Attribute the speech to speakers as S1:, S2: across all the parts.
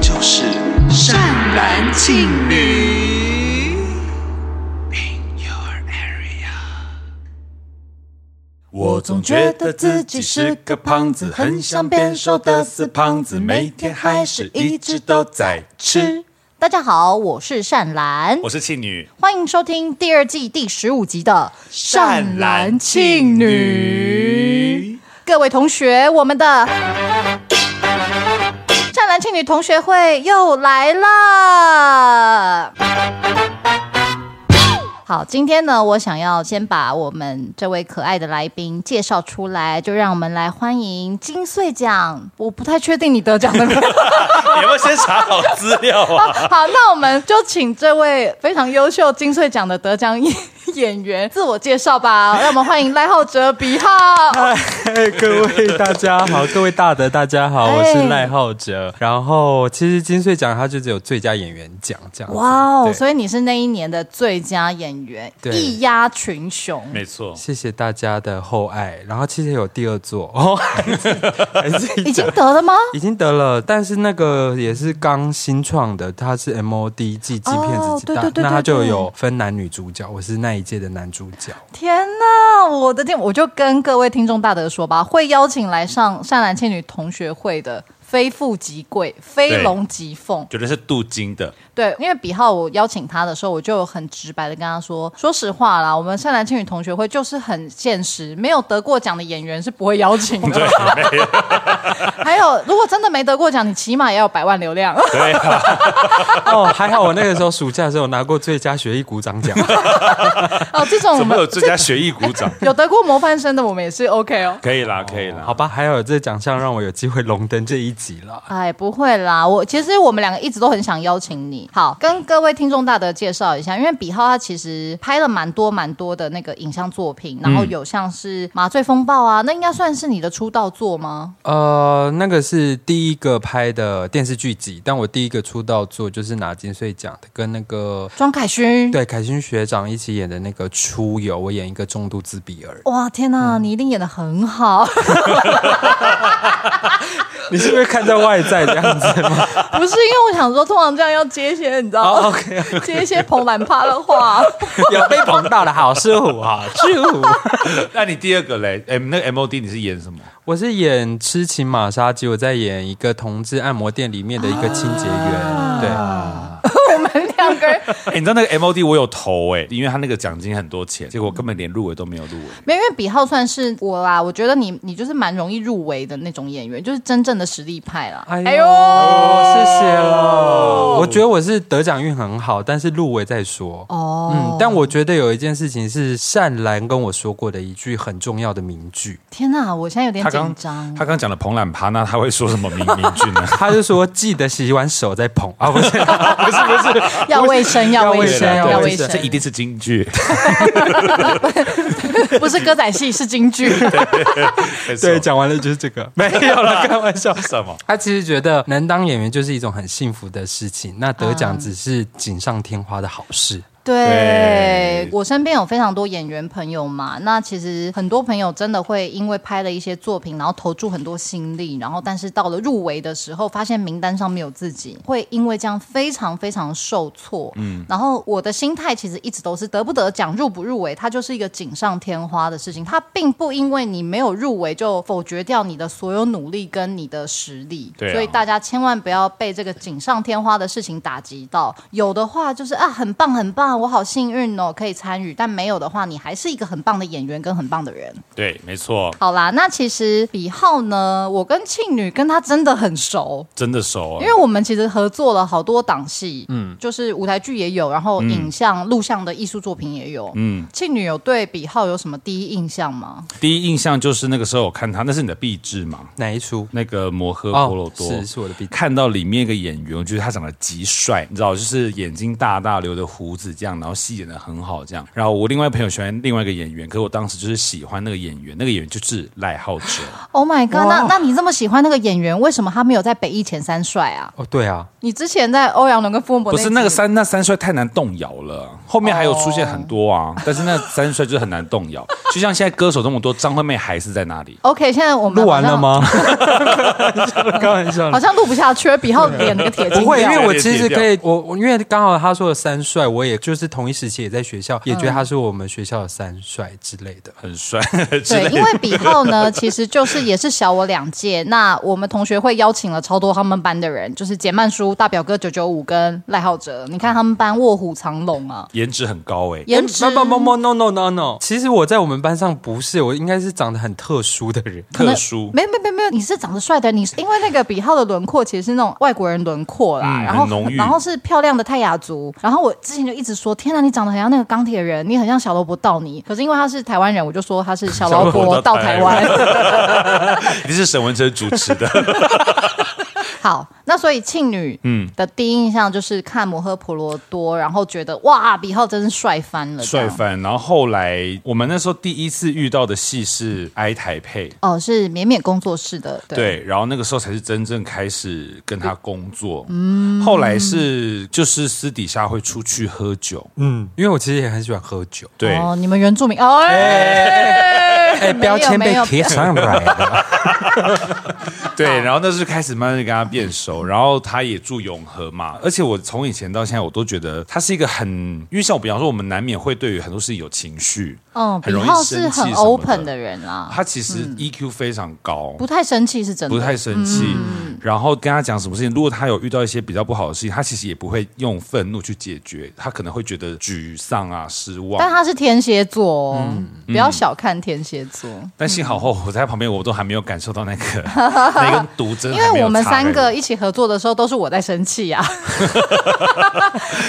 S1: 就是善男信女。In your area，
S2: 我总觉得自己是个胖子，很想变瘦的死胖子，每天还是一直都在吃。。
S3: 大家好，我是善兰，
S2: 我是庆女，
S3: 欢迎收听第二季第十五集的《
S2: 善男信女。
S3: 各位同学，我们的善男信女同学会又来了。好，今天呢，我想要先把我们这位可爱的来宾介绍出来，就让我们来欢迎金穗奖。我不太确定你得奖的没有。
S2: 你有没有先查好资料啊？
S3: 好，那我们就请这位非常优秀金穗奖的得奖演 演员自我介绍吧。让我们欢迎赖浩哲、比浩。
S4: 嗨，哎各位大 家好，各位大德大家好，
S3: 哎
S4: 我是赖浩哲。然后其实金穗奖它就只有最佳演员奖这样子。
S3: 哇哦！
S4: 对
S3: 所以你是那一年的最佳演员，
S4: 对
S3: 一压群雄。
S2: 没错，
S4: 谢谢大家的厚爱。然后其实有第 二座哦，还是
S3: 已经得了吗？
S4: 已经得了，但是那个也是刚新创的，它是 MOD 季季片
S3: 哦
S4: 子之大，
S3: 对对对
S4: 那
S3: 对
S4: 它就
S3: 对
S4: 有分男女主角，我是那一届的男主角。
S3: 天哪！我的天，我就跟各位听众大德说吧，会邀请来上善男信女同学会的。非富即贵，非龙即凤。
S2: 绝对是镀金 的，
S3: 对，因为比浩，我邀请他的时候，我就很直白的跟他说，说实话啦，我们善男信女同学会就是很现实，没有得过奖的演员是不会邀请的。 还有，如果真的没得过奖，你起码也要有百万 流量。
S2: 对啊，
S4: 哦，还好我那个时候暑假的时候有拿过最佳学艺鼓掌 奖。
S3: 哦，这种我
S2: 怎么
S3: 们
S2: 有最佳学艺鼓掌？
S3: 有得过模范生的，我们也是 OK 哦。
S2: 可以啦，可以啦，
S4: 好吧，还有这奖项让我有机会荣登这一集了。
S3: 哎，不会啦，我其实我们两个一直都很想邀请你。好，跟各位听众大德介绍一下，因为比浩他其实拍了蛮多蛮多的那个影像作品，然后有像是《麻醉风暴》啊，那应该算是你的出道作吗？
S4: 呃，那个是第一个拍的电视剧集，但我第一个出道作就是拿金穗奖的，跟那个
S3: 庄凯勋。
S4: 对凯勋学长一起演的那个《出游》，我演一个重度自闭儿。
S3: 哇天呐，
S4: 嗯
S3: 你一定演的很好，
S4: 你是不是看在外在这样子吗？
S3: 不是因为我想说，通常这样要接一些你知道
S4: 哦
S3: 吗
S4: ，OK，
S3: 接一些捧懒趴的话，
S4: 有被捧到的好处啊，处。
S2: 那你第二个嘞，M 那个 MOD 你是演什么？
S4: 我是演痴情玛莎鸡，我在演一个同志按摩店里面的一个清洁员。
S3: 我们两个人
S2: 哎、你知道那个 MOD 我有投哎、因为他那个奖金很多钱，结果根本连入围都没有入围。
S3: 没有，因为比浩算是我啦，我觉得你你就是蛮容易入围的那种演员，就是真正的实力派啦。
S4: 对，
S3: 哎
S4: 哎
S3: 呦
S4: 呦，谢谢喽。我觉得我是得奖运很好，但是入围再说。
S3: 哦，
S4: 嗯，但我觉得有一件事情是善兰跟我说过的一句很重要的名句，？
S3: 天哪，我现在有点
S2: 他刚
S3: 紧张。
S2: 他刚讲的捧懒趴，那他会说什么明明俊 呢
S4: 他就说记得洗完手再捧 啊，不是不是不是，
S3: 要 卫生，要卫
S2: 啊
S3: 生，
S4: 对啦
S3: 要
S4: 对
S3: 卫
S4: 啦
S3: 生，
S2: 这一定是京 剧，
S3: 不是歌仔戏，是京剧。
S2: 没错
S4: 对，讲完了就是这个， 没有了，开玩笑。
S2: 什么？
S4: 他其实觉得能当演员就是一种很幸福的事情，那得奖只是锦上添花的好事。
S3: 对
S2: 对
S3: 我身边有非常多演员朋友嘛，那其实很多朋友真的会因为拍了一些作品，然后投注很多心力，然后但是到了入围的时候，发现名单上没有自己，会因为这样非常非常受挫。嗯，然后我的心态其实一直都是得不得奖、入不入围，它就是一个锦上添花的事情，它并不因为你没有入围就否决掉你的所有努力跟你的实力。
S2: 对啊
S3: 所以大家千万不要被这个锦上添花的事情打击到。有的话就是啊，很棒很棒，我好幸运哦，可以参与；但没有的话，你还是一个很棒的演员跟很棒的人。
S2: 对，没错，
S3: 好啦，那其实比浩呢，我跟庆女跟他真的很熟。
S2: 真的熟啊
S3: 因为。我们其实合作了好多档戏，哦嗯，就是舞台剧也有，然后影像、录像的艺术作品也有，嗯。庆女有对比浩有什么第一印象吗？
S2: 第一印象就是那个时候我看他，那是你的壁纸嘛？
S4: 哪一出？
S2: 那个摩诃婆罗多、
S4: 哦是是我的壁纸
S2: 看到里面一个演员，我觉得他长得极帅，你知道，就是眼睛大大，留着胡子这这样，然后戏演的很好这样。然后我另外朋友喜欢另外一个演员，可是我当时就是喜欢那个演员，那个演员就是赖浩哲。
S3: Oh my god！那那你这么喜欢那个演员，为什么他没有在北艺前三帅啊？
S4: 哦，对啊，
S3: 你之前在欧阳龙跟傅文博
S2: 不是那
S3: 集
S2: 个三那三帅太难动摇了，
S4: 哦
S2: 后面还有出现很多啊，但是那三帅就是很难动 摇。就像现在歌手这么多，张惠妹还是在那里。
S3: OK，现在我们
S4: 录完了
S3: 好像？
S4: 吗？开玩笑
S3: 好，像录不下去了，比浩脸那个铁青
S4: 不会，因
S3: 掉
S4: 为我其实可以，我我因为刚好他说的三帅，我也就是同一时期也在学校，也觉得
S3: 嗯
S4: 他是我们学校的三帅之类的。
S2: 很帅 之
S3: 对，
S2: 类
S3: 因
S2: 的。
S3: 为比浩呢，其实就是也是小我两届。那我们同学会邀请了超多他们班的人，就是简曼书、大表哥九九五跟赖浩哲。你看他们班卧虎藏龙啊，
S2: 颜值很高哎、
S3: 颜值
S4: 不不不 no no no no，其实我在我们班上不是，我应该是长得很特殊的人。
S2: 特殊。
S3: 没有没有没有没有，你是长得帅的，你是因为那个比浩的轮廓其实是那种外国人轮廓啦，
S2: 嗯
S3: 然后
S2: 很浓郁
S3: 然后是漂亮的泰雅族，然后我之前就一直说，天哪，你长得很像那个钢铁人，你很像小萝卜道尼。可是因为他是台湾人，我就说他是 小萝
S2: 小萝
S3: 卜
S2: 卜
S3: 到
S2: 到
S3: 台
S2: 台
S3: 湾
S2: 湾。一定是沈文成主持的，
S3: 好，那所以庆女嗯的第一印象就是看《摩诃婆罗多》，然后觉得哇，比浩真是帅翻了，
S2: 帅。翻。呃然后后来我们那时候第一次遇到的戏是《I 台配》，
S3: 哦，是绵绵工作室的，对，
S2: 对，然后那个时候才是真正开始跟他工作。嗯，后来是就是私底下会出去喝酒，
S4: 嗯，因为我其实也很喜欢喝酒。
S2: 对，
S3: 哦，你们原住民哦，哎、
S4: 哎，标签
S3: 没有
S4: 被
S3: 没有
S4: 贴上来了。
S2: 对，然后那时候开始慢慢地跟他变熟，然后他也住永和嘛，而且我从以前到现在，我都觉得他是一个很，因为像我比方说，我们难免会对于很多事情有情绪，
S3: 嗯，
S2: 很
S3: 比
S2: 容易
S3: 浩
S2: 生
S3: 是
S2: 气
S3: 很
S2: 什么
S3: open
S2: 的
S3: 的人啦，
S2: 他其实 EQ 非常高，
S3: 不太生气是真的，
S2: 不太生气，
S3: 嗯
S2: 然后跟他讲什么事情，如果他有遇到一些比较不好的事情，他其实也不会用愤怒去解决，他可能会觉得沮丧啊、失望。
S3: 但
S2: 但
S3: 他是天蝎座哦，
S2: 嗯
S3: 不要小看天蝎座。
S2: 幸好后我在旁边，我都还没有感受到那 个那根毒针
S3: 因
S2: 还没有插在里面，
S3: 为我们三个一起合作的时候，都是我在生 气啊。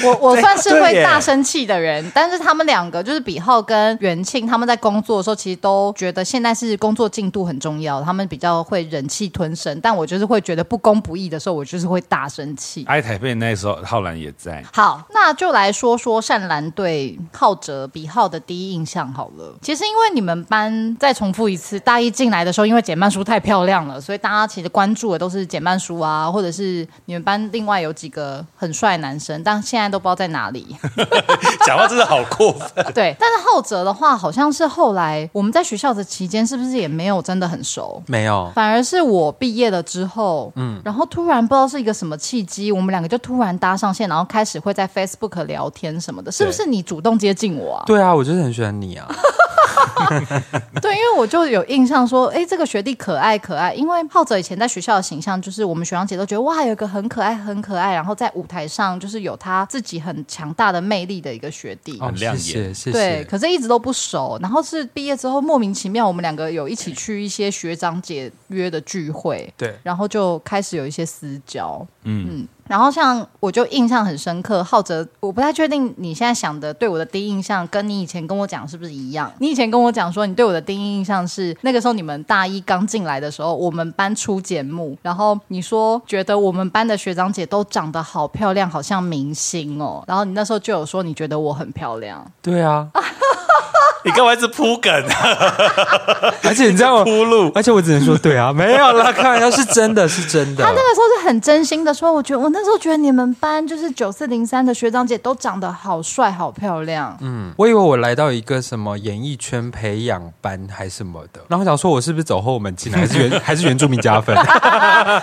S3: 我我算是
S2: 对
S3: 会
S2: 耶
S3: 大生气的人，但是他们两个就是比浩跟元庆，他们在工作的时候，其实都觉得现在是工作进度很重要，他们比较会忍气吞声。但我就是会觉得不公不义的时候，我就是会大生气。
S2: 埃台贝那时候，浩然也在。
S3: 好，那就来说说善兰对浩哲、比浩的第一印象好了。其实因为你们班再重复一次，大一进来的时候，因为简曼书太漂亮了，所以大家其实关注的都是简曼书啊，或者是你们班另外有几个很帅的男生，但现在都不知道在哪里。
S2: 讲话真的好过分。
S3: 对，但是浩哲的话，好像是后来我们在学校的期间，是不是也没有真的很熟？
S4: 没有，
S3: 反而是我毕业了之后，嗯，然后突然不知道是一个什么契机，我们两个就突然搭上线，然后开始会在 Facebook 聊天什么的，是不是你主动接近我啊？
S4: 对啊，我就是很喜欢你啊。
S3: 对，因为我就有印象说，哎，这个学弟可爱可爱，因为浩哲以前在学校的形象就是我们学长姐都觉得哇，有一个很可爱很可爱，然后在舞台上就是有他自己很强大的魅力的一个学弟。
S4: 哦
S2: 很亮眼
S4: 谢谢谢
S3: 对，
S4: 谢。
S3: 可是一直都不熟。然后是毕业之后，莫名其妙，我们两个有一起去一些学长姐约的聚会，
S4: 对
S3: 然后就开始有一些私交，嗯然后像我就印象很深刻，浩哲，我不太确定你现在想的对我的第一印象跟你以前跟我讲是不是一样？你以前跟我讲说你对我的第一印象是那个时候你们大一刚进来的时候，我们班出节目，然后你说觉得我们班的学长姐都长得好漂亮，好像明星哦。然后你那时候就有说你觉得我很漂亮，
S4: 对啊，
S2: 你干嘛一直铺梗啊？
S4: 而且你知 道
S2: 铺路
S4: 我，而且我只能说 对啊，没有啦，开玩笑，是真的，是真的
S3: 他。那个时候是很真心的说，我觉得哦我那时候觉得你们班就是九四零三的学长姐都长得好帅、好漂亮。 嗯，
S4: 我以为我来到一个什么演艺圈培养班还什么的，然后我想说我是不是走后门进来，还是原 还是原住民加分？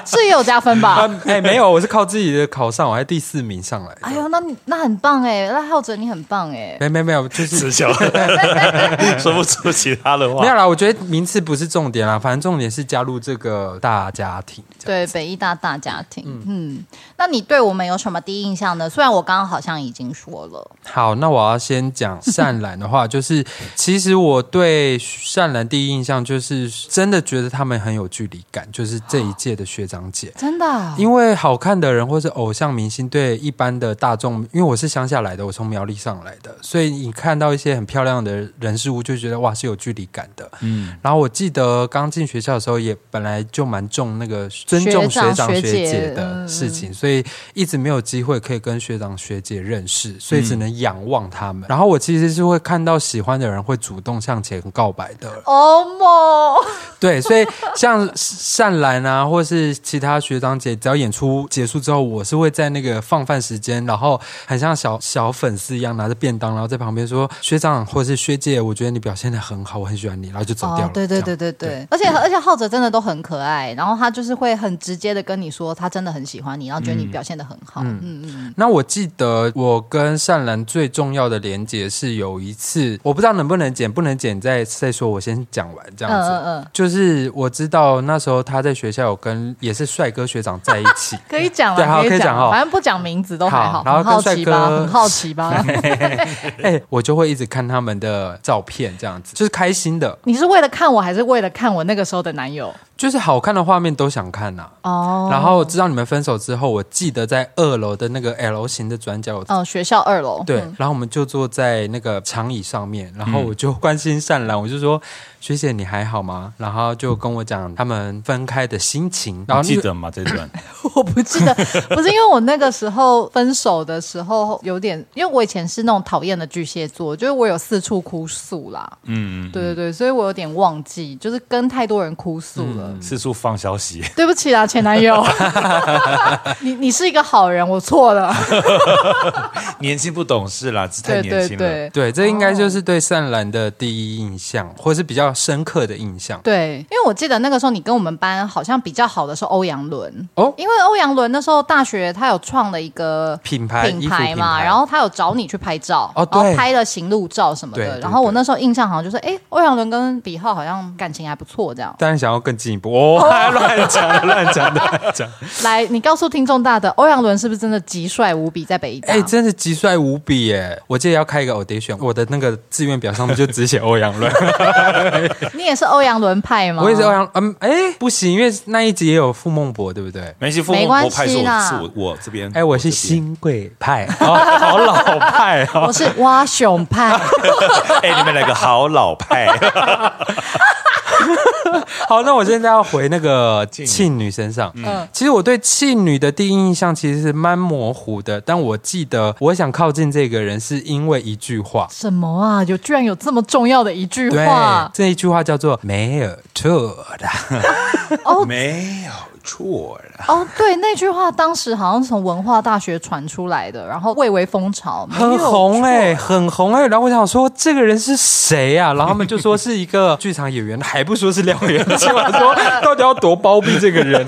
S3: 是也有加分 吧？
S4: 啊，哎，没有，我是靠自己的考上，我还第四名上来的。
S3: 哎呦，那你那很棒哎，那浩哲你很棒哎。
S4: 没没没有，就是
S2: 直销 说不出其他的
S4: 没
S2: 话
S4: 有。啦。我觉得名次不是重点啦，反正重点是加入这个大家庭。这样
S3: 对北医大大家庭，嗯那你对我们有什么第一印象呢？虽然我刚刚好像已经说了，
S4: 好，那我要先讲善兰的话，就是其实我对善兰第一印象就是真的觉得他们很有距离感，就是这一届的学长姐。
S3: 真的啊、
S4: 因为好看的人或是偶像明星，对一般的大众，因为我是乡下来的，我从苗栗上来的，所以你看到一些很漂亮的人事物，就觉得哇是有距离感的。嗯，然后我记得刚进学校的时候，也本来就蛮重那个尊重
S3: 学长
S4: 学长
S3: 学
S4: 学
S3: 姐嗯
S4: 姐的事情，所以一直没有机会可以跟学长学姐认识，所
S3: 嗯
S4: 以只能仰望他们。然后我其实是会看到喜欢的人会主动向前告白的，
S3: 哦莫，
S4: 对，所以像 善兰啊，或是其他学长姐，只要演出结束之后，我是会在那个放饭时间，然后很像小小粉丝一样拿着便当，然后在旁边说学长或是学姐，我觉得你表现的很好，我很喜欢你，然后就走掉了。
S3: 哦对对
S4: 这
S3: 对
S4: 样
S3: 对对，而且而且浩哲真的都很可爱，然后他就是会很直接的跟你说，他真的很喜欢你，然后觉得你表现的很好，嗯嗯，
S4: 那我记得我跟善兰最重要的连接是有一次，我不知道能不能剪，不能剪再再说，我先讲完这样子。
S3: 嗯嗯嗯
S4: 就是我知道那时候他在学校有跟也是帅哥学长在一起，
S3: 可以讲
S4: 对好
S3: 了，
S4: 可以
S3: 讲
S4: 讲
S3: 啦，
S4: 哦
S3: 反正不讲名字都还好，
S4: 好然后
S3: 很好
S4: 跟
S3: 奇
S4: 帅
S3: 吧，
S4: 哥
S3: 很好奇 吧，
S4: 哎、我就会一直看他们的照片，这样子就是开心的，
S3: 你是为了看我，还是为了看我那个时候的男友？
S4: 就是好看的画面都想看呐、
S3: 哦
S4: 然后知道你们分手之后，我记得在二楼的那个 L 型的转角，
S3: 嗯，学校二楼，
S4: 对
S3: 嗯，
S4: 然后我们就坐在那个长椅上面，然后
S2: 嗯
S4: 我就关心善良，我就说学姐你还好吗？然后就跟我讲他们分开的心情，然后
S2: 你
S4: 那
S2: 记
S4: 个
S2: 得吗？这 段
S3: 我不记得，不是因为我那个时候分手的时候有点，因为我以前是那种讨厌的巨蟹座，就是我有四处哭诉啦，嗯，对对对，所以我有点忘记，就是跟太多人哭诉了。
S2: 四处放消 息，
S3: 对不起啊，前男友，你你是一个好人，我错了。
S2: 年轻不懂事啦，这太
S3: 对
S2: 年
S3: 对
S2: 轻了。
S3: 对
S4: 对，这应该
S3: 哦
S4: 就是对善兰的第一印象，或是比较深刻的印象。
S3: 对，因为我记得那个时候你跟我们班好像比较好的是欧阳伦
S4: 哦
S3: 因为欧阳伦那时候大学他有创了一个
S4: 品牌
S3: 品
S4: 衣服
S3: 牌
S4: 品
S3: 嘛，
S4: 牌
S3: 然后他有找你去拍照，
S4: 哦
S3: 然后
S4: 对
S3: 拍了行路照什么
S4: 对
S3: 的。
S4: 对
S3: 然后我
S4: 对
S3: 那时候印象好像就是，哎，欧阳伦跟比浩好像感情还不错，这样。
S4: 当然想要更进一步哦， 乱讲乱讲乱讲。
S3: 来，你告诉听众大的，欧阳伦是不是真的极帅无比在北大？
S4: 哎、真是极帅无比耶！我记得要开一个 audition，我的那个志愿表上面就只写 欧阳伦，
S3: 你也是欧阳伦派吗？
S4: 我也是欧阳，嗯，哎、 不行，因为那一集也有傅孟博，对不对？
S2: 没关系，父
S3: 没
S2: 母
S3: 关
S2: 不派是
S3: 系
S2: 我
S3: 啦
S2: 是我嗯我这边，
S4: 哎、我是
S2: 这边。
S4: 新贵 派、哦，好老派 哦。
S3: 我是蛙熊派。
S2: 哎，你们两个好老派，
S4: 好，那我现在要回那个
S2: 庆女
S4: 庆女身上。
S3: 嗯
S4: 嗯，其实我对庆女的第一印象其实是蛮模糊的，但我记得我想靠近这个人是因为一句话。
S3: 什么啊？有居然有这么重要的一句
S4: 对
S3: 话，
S4: 这一句话叫做梅尔特的。
S2: 没有错啦。
S3: 哦，对，那句话当时好像是从文化大学传出来的，然后蔚为风潮，没
S4: 很
S3: 有
S4: 红
S3: 错
S4: 哎、很红哎、然后我想说这个人是谁啊？然后他们就说是一个剧场演员，还不说是廖元庆，我说到底要多包庇这个人？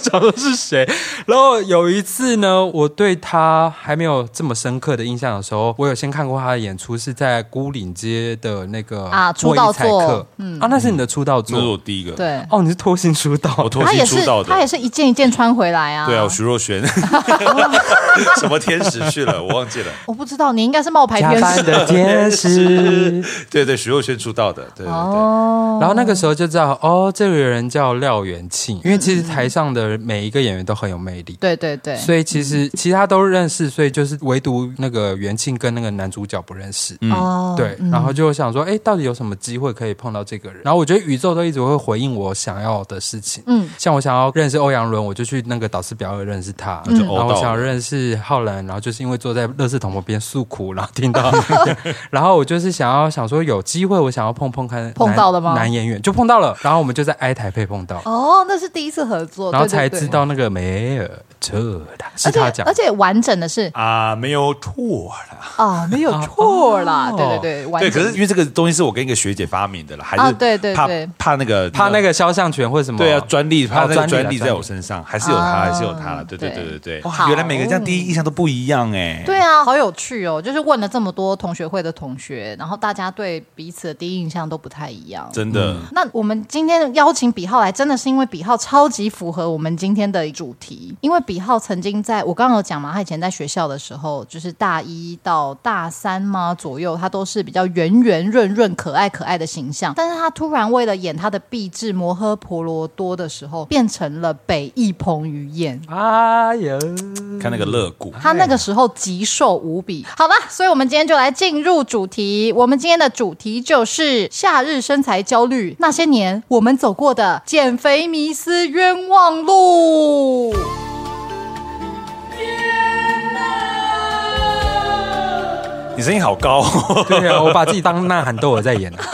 S4: 想说是谁？然后有一次呢，我对他还没有这么深刻的印象的时候，我有先看过他的演出，是在孤岭街的那个
S3: 啊出
S4: 莫
S3: 道
S4: 伊采
S3: 作
S4: 克，嗯啊，那是你的出 道
S2: 这是我
S4: 作。
S2: 第一个，
S3: 对。
S4: 哦，你是脱星出道
S2: 我
S4: 的，
S2: 脱
S3: 他也
S2: 新
S3: 是
S2: 出道，
S3: 他也
S2: 的。
S3: 是一件一件穿回来啊。
S2: 对啊，徐若瑄，什么天使去了？我忘记了。
S3: 我不知道，你应该是冒牌
S4: 加
S3: 天
S4: 班
S3: 使
S4: 的天 使。
S2: 对对，徐若瑄出道的，对对对。
S3: 哦。
S4: 然后那个时候就知道，哦，这个人叫廖元
S3: 嗯
S4: 庆，因为其实台上的每一个演员都很有魅力，
S3: 对对嗯对，
S4: 所以其实其他都认识，所以就是唯独那个元庆跟那个男主角不认识。
S3: 哦
S4: 嗯对，然后就想说，哎，到底有什么机会可以碰到这个人？然后我觉得宇宙都一直会回应我想要的事情。
S3: 嗯
S4: 嗯，像我想要认识欧阳伦，我就去那个导师表演认识他。
S2: 嗯
S4: 然后我想要认识浩然，然后就是因为坐在乐视桶旁边诉苦，然后听到， 然后我就是想要想说有机会，我想要碰碰看男，
S3: 碰到了吗
S4: 男演员就碰到了，然后我们就在 I 台配碰到，
S3: 哦，那是第一次合作，
S4: 然后
S3: 对对
S4: 才
S3: 对
S4: 知道那个梅尔特的是
S3: 而且
S4: 他讲的
S3: 而。且完整的是
S2: 啊，没有错啦。
S3: 啊，没有错啦，
S4: 哦
S3: 对对对，完
S2: 对，
S3: 整
S2: 可是因为这个东西是我跟一个学姐发明的啦，还
S3: 啊
S2: 是
S3: 对对
S2: 怕
S3: 对
S2: 怕那个
S4: 怕那个肖像权或者什么？
S2: 对啊，专利怕那个
S4: 哦专利啊
S2: 专利在
S4: 专利
S2: 我身上，还是有他，
S3: 啊
S2: 还是有他了。对对
S3: 对
S2: 对对对，
S3: 好
S2: 哇，原来每个人这样第一印象都不一样哎。
S3: 对啊，好有趣哦！就是问了这么多同学会的同学，然后大家对彼此的第一印象都不太一样。
S2: 真的。
S3: 那我们今天邀请比浩来，真的是因为比浩超级符合合我们今天的主题，因为比浩曾经在我刚刚有讲嘛，他以前在学校的时候，就是大一到大三嘛左右，他都是比较圆圆润润、可爱可爱的形象，但是他突然为了演他的壁纸《摩诃婆罗多》的时候，变成了北翼彭于晏。
S4: 哎呀，
S2: 看那个肋骨，
S3: 他那个时候极瘦无比。好了，所以我们今天就来进入主题。我们今天的主题就是夏日身材焦虑，那些年我们走过的减肥迷思冤枉路。
S2: 你声音好高、哦，
S4: 对啊，我把自己当呐喊豆儿在演啊。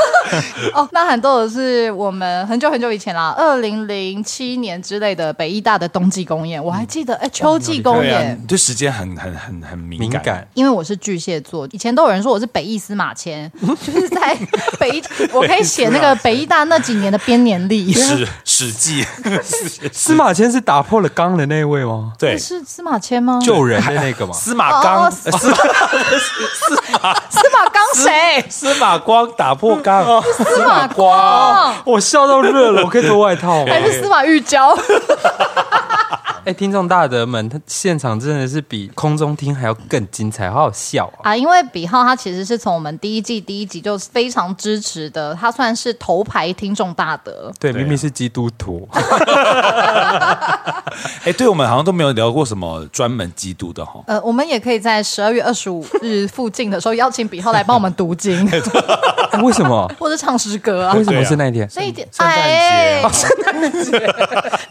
S3: 哦，那很多的是我们很久很久以前啦，二零零七年之类的北医大的冬季公演，我还记得，哎、秋季公
S2: 嗯对啊，
S3: 演。
S2: 你对时间很很很很敏
S4: 敏
S2: 感。
S4: 感，
S3: 因为我是巨蟹座，以前都有人说我是北艺司 马迁，就是在北艺，我可以写那个北艺大那几年的编年历。
S2: 史史记，
S4: 司马迁是打破了缸的那一位吗？
S2: 对，
S3: 是司马迁吗？
S4: 救人的那个嘛，
S2: 司马刚，
S3: 哦
S2: 呃
S3: 哦
S2: 司马司马
S3: 司马刚谁？
S2: 司马光打破
S4: 哦
S2: 缸，
S3: 司马光
S4: 我笑到热了，我可以脱外套吗？
S3: 还是司马玉娇？
S4: 哎，听众大德们，他现场真的是比空中听还要更精彩，好好笑啊！
S3: 啊，因为比浩他其实是从我们第一季第一集就非常支持的，他算是头牌听众大德。
S4: 对，
S2: 对啊
S4: 明明是基督徒，
S2: 哎，对我们好像都没有聊过什么专门基督的哈。
S3: 呃，我们也可以在十二月二十五日附近的时候邀请比浩来帮我们读经
S4: 哎为什么？
S3: 或者唱诗歌啊
S4: 为。什么是那一天？
S3: 所以，圣
S2: 诞节哦
S3: 圣诞节，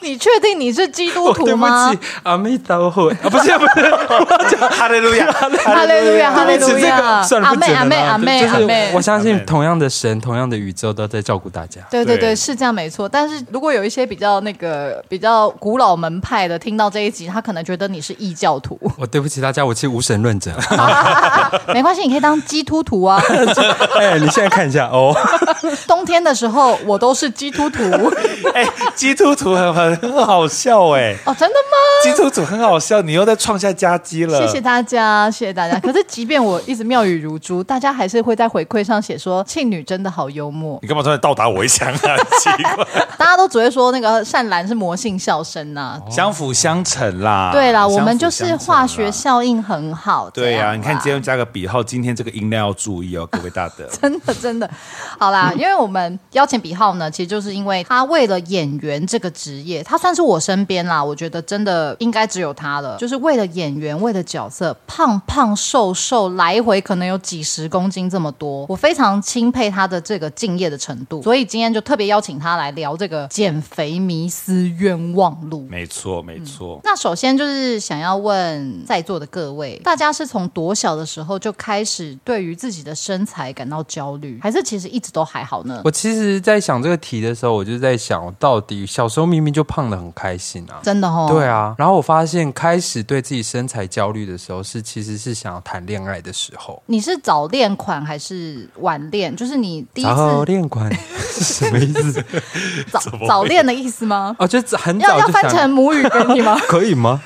S3: 你确定你是基督
S4: 我对
S3: 徒
S4: 不
S3: 吗？
S4: 起，阿弥陀佛啊，不是不是，
S2: 哈利路亚，
S3: 哈利路亚，哈利路
S4: 这
S3: 亚
S4: 个，算了，
S3: 阿
S4: 不
S3: 妹，
S4: 准
S3: 阿妹，
S4: 了
S3: 阿
S4: 啦
S3: 妹，
S4: 就是
S3: 阿妹
S4: 我。相信同样的神，同样的宇宙都在照顾大家。
S3: 对对对，
S2: 对
S3: 是这样没错。但是如果有一些比较那个比较古老门派的，听到这一集，他可能觉得你是异教 徒，
S4: 我对不起大家，我是无神论者。
S3: 没关系，你可以当基督 徒啊。
S4: 哎，你现在看一下哦，
S3: 冬天的时候，我都是基 督徒。
S2: 哎，基督徒很很很好笑哎，
S3: 哦，真的吗？
S2: 基督徒很好笑，你又在创下佳绩了。
S3: 谢谢大家，谢谢大家。可是，即便我一直妙语如珠，大家还是会在回馈上写说“庆女真的好幽默
S2: 你干嘛突然倒打我一枪啊？奇怪，”，
S3: 大家都只会说那个善兰是魔性笑声呐、
S2: 相辅相成啦。
S3: 对啦，
S2: 哦相辅
S3: 我们就是
S2: 相成
S3: 化
S2: 啦
S3: 学啊效应很好。
S2: 对
S3: 呀、
S2: 呀、你看今天加个笔号，今天这个音量要注意哦，各位大德。
S3: 真的真的，好啦，因为我们邀请比浩呢，其实就是因为他为了演员这个职业，他算是我身边啦，我觉得真的应该只有他了，就是为了演员，为了角色，胖胖瘦瘦，来回可能有几十公斤这么多，我非常钦佩他的这个敬业的程度，所以今天就特别邀请他来聊这个减肥迷思冤枉路。
S2: 没错，没错。
S3: 那首先就是想要问在座的各位，大家是从多小的时候就开始对于自己的身材感到焦虑，还是其实一直都还好呢？
S4: 我其实，在想这个题的时候，我就在想，我到底小时候明明就胖的很开心啊。
S3: 真的哦，
S4: 对啊，然后我发现开始对自己身材焦虑的时候，是其实是想要谈恋爱的时候。
S3: 你是早恋款还是晚恋？就是你第一
S4: 早
S3: 次
S4: 恋款是什么意思？
S3: 早早恋的意思吗？
S4: 哦，就很
S3: 要
S4: 早
S3: 要
S4: 就
S3: 翻成
S4: 想，
S3: 母语给你吗？
S4: 可以 吗？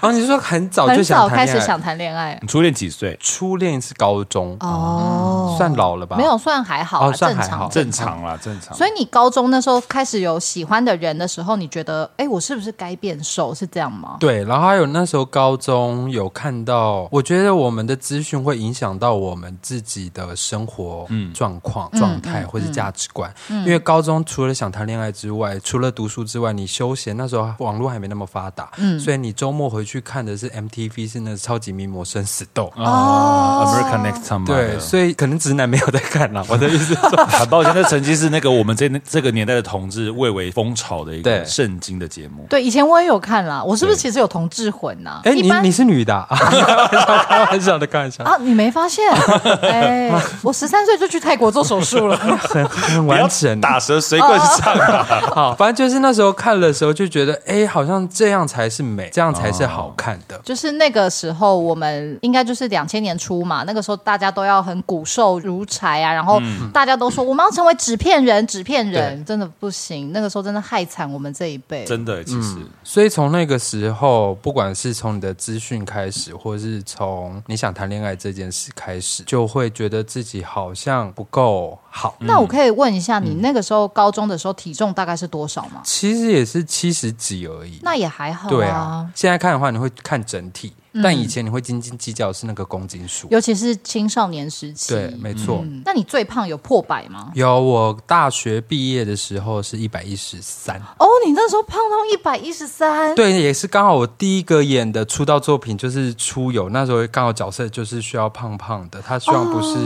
S4: 哦，你说很 早就
S3: 很
S4: 想
S3: 早
S4: 谈
S3: 开
S4: 恋
S3: 始
S4: 爱
S3: 想谈恋爱
S2: 你初恋几岁？
S4: 初恋是高中，
S3: 哦，
S4: 算老了吧？
S3: 没有算还好啊，
S4: 哦算
S3: 正
S4: 还
S3: 常
S4: 好
S2: 正常啦，正常。
S3: 所以你高中那时候开始有喜欢的人的时候，你觉得哎，我是不是该变瘦？是这样吗？
S4: 对，然后还有那时候高中有看到，我觉得我们的资讯会影响到我们自己的生活状况、状态或是价值观。因为高中除了想谈恋爱之外，除了读书之外，你休闲那时候网络还没那么发达，所以你周末回去看的是 MTV，是那个超级名模生死斗。
S2: 哦，American Next Time
S4: 对，所以可能直男没有在看啦。我的意思是
S2: 以很啊抱歉，那曾经是那个我们这这个年代的同志蔚为风潮的一个
S4: 对
S2: 圣经的节目。
S3: 对，以前我也有看啦。我是不是其实有同志魂呐、
S4: 哎、
S3: 一
S4: 你
S3: 般
S4: 你是女的、啊？开玩笑的，开玩笑的，
S3: 啊，你没发 现？哎、我十三岁就去泰国做手术了。
S4: 很很完整啊。
S2: 打蛇随棍上啊！
S4: 好，反正就是那时候看的时候就觉得，哎、好像这样才是美，这样才是好好看的。
S3: 就是那个时候，我们应该就是两千年初嘛，那个时候大家都要很骨瘦如柴啊，然后
S4: 嗯
S3: 大家都说我们要成为纸片人，纸片人真的不行，那个时候真的害惨我们这一 辈。
S2: 真的，其实、
S4: 所以从那个时候，不管是从你的资讯开始，或是从你想谈恋爱这件事开始，就会觉得自己好像不够好。
S3: 那我可以问一下，你
S4: 嗯
S3: 那个时候高中的时候体重大概是多少吗？
S4: 其实也是七十几而已。
S3: 那也还好嗯
S4: 对啊，现在看的话，你会看整体，但以前你会斤斤计较的是那个公斤数。
S3: 尤其是青少年时期。
S4: 对，没错。
S3: 嗯那你最胖有破百吗？
S4: 有我大学毕业的时候是一百一十三，
S3: 哦，你那时候胖到一百一十三，
S4: 对，也是刚好我第一个演的出道作品就是《出游》，那时候刚好角色就是需要胖胖的，他希望不是、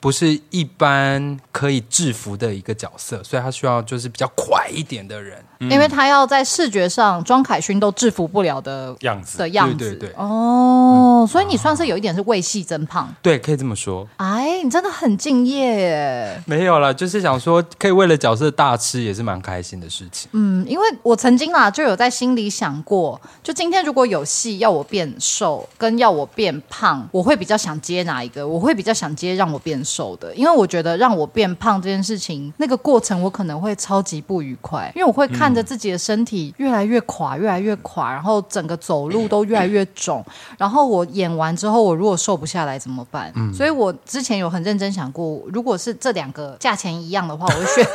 S4: 不是一般可以制服的一个角色，所以他需要就是比较快一点的人。
S3: 因为他要在视觉上，庄凯勋都制服不了的
S2: 样子嗯
S3: 的样子。
S4: 对对对
S3: 哦，所以你算是有一点是为戏增胖。
S4: 对，可以这么说。
S3: 哎，你真的很敬业耶。
S4: 没有啦，就是想说可以为了角色大吃也是蛮开心的事情。
S3: 嗯，因为我曾经啦就有在心里想过，就今天如果有戏要我变瘦，跟要我变胖，我会比较想接哪一个？我会比较想接让我变瘦的，因为我觉得让我变胖这件事情，那个过程我可能会超级不愉快，因为我会看着自己的身体越来越垮，越来越垮，然后整个走路都越来越肿，然后我演完之后，我如果瘦不下来怎么办？所以我之前有很认真想过，如果是这两个价钱一样的话，我会选。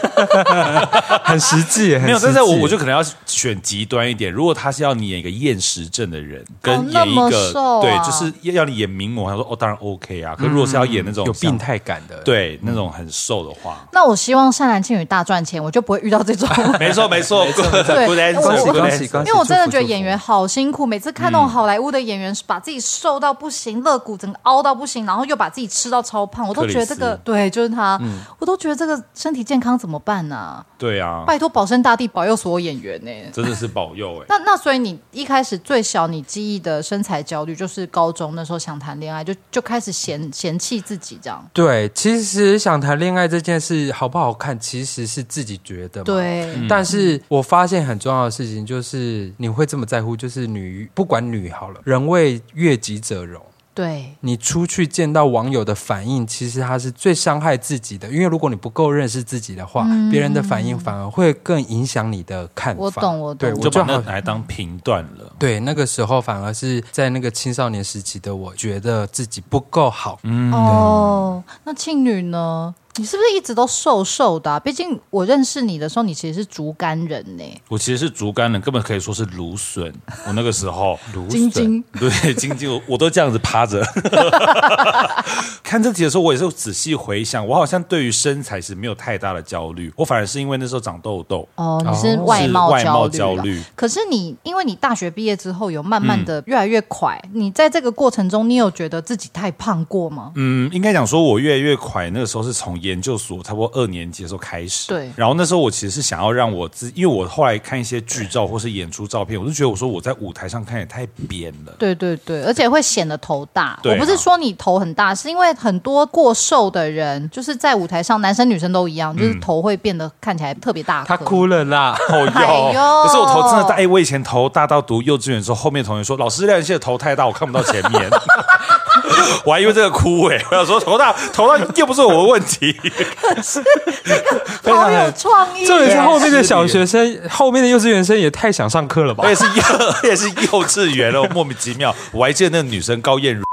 S4: 很实际，很
S2: 没有，
S4: 实
S2: 但是我
S4: 际
S2: 我就可能要选极端一点。如果他是要你演一个厌食症的人，跟
S3: 哦那
S2: 演一
S3: 么
S2: 个、
S3: 瘦啊
S2: 对，就是要你演名模，他说哦，当然 OK 啊。可如果是要演那种
S4: 有
S2: 像
S4: 病，态感的，，
S2: 对那种很瘦的话，
S3: 那我希望善男信女大赚钱，我就不会遇到 这种。
S4: 嗯
S2: 没错没错，good
S3: 对
S2: good
S3: 我我
S2: answer，good
S4: 恭喜
S2: answer
S4: 恭
S3: 因
S4: 喜
S3: 为我真的觉得演员好辛苦，每次看
S2: 嗯
S3: 那种好莱坞的演员，把自己瘦到不行，肋骨整个凹到不行，然后又把自己吃到超胖，我都觉得这
S2: 克
S3: 个
S2: 里斯嗯
S3: 对，就是他，我都觉得这个身体健康怎么办呢、
S2: 对啊，
S3: 拜托保生大帝保佑所有演员呢、
S2: 真的是保佑哎、
S3: 那那所以你一开始最小你记忆的身材焦虑，就是高中那时候想谈恋爱，就就开始嫌嫌弃自己这样。
S4: 对，其实想谈恋爱这件事好不好看，其实是自己觉得嘛。。
S3: 对，
S2: 嗯
S4: 但是我发现很重要的事情就是，你会这么在乎，就是女不管女好了，人为悦己者容。
S3: 对，
S4: 你出去见到网友的反应，其实它是最伤害自己的，因为如果你不够认识自己的话，别人的反应反而会更影响你的看法。
S3: 嗯我懂我懂
S4: 对
S2: 你
S4: 我
S2: 就把
S4: 就
S2: 那
S4: 好
S2: 拿来当评断了。
S4: 对那个时候反而是在那个青少年时期的我，觉得自己不够好。
S2: 嗯
S3: 哦，那庆女呢？你是不是一直都瘦瘦的、啊？毕竟我认识你的时候，你其实是竹竿人呢、
S2: 我其实是竹竿人，根本可以说是芦笋。我那个时候，芦
S3: 晶晶
S2: 对晶晶，我我都这样子趴着。 看这题的时候，我也是仔细回想，我好像对于身材是没有太大的焦虑，我反而是因为那时候长痘痘，
S3: 哦，你是
S4: 哦
S3: 外貌
S2: 是外貌
S3: 焦虑
S2: 焦
S3: 啦
S2: 虑
S3: 可是你，因为你大学毕业之后有慢慢的越来越快，你在这个过程中，你有觉得自己太胖过吗？
S2: 嗯，应该讲说，我越来越快。那个时候是从研究所差不多二年级的时候开始。
S3: 对
S2: 然后那时候我其实是想要让我自，因为我后来看一些剧照或是演出照片，我就觉得我说我在舞台上看也太扁了。
S3: 对对对，而且会显得头大。
S2: 对啊
S3: 我不是说你头很大，是因为很多过瘦的人，就是在舞台上，男生女生都一样，就是头会变得看起来特别大颗。
S4: 他哭了啦，
S2: 哦
S3: 哎呦
S2: 可是我头真的大，哎、我以前头大到读幼稚园的时候，后面同学说老师廖妍希的头太大，我看不到前面， 我还因为这个哭哎、我想说头大头大又不是我的问 题，
S3: 好有创 意。啊
S4: 重啊点是后面的小学生，后面的幼稚园生也太想上课了吧
S2: 我？也是幼 我也是幼稚园了，我莫名其妙，我还记得那个女生高燕如。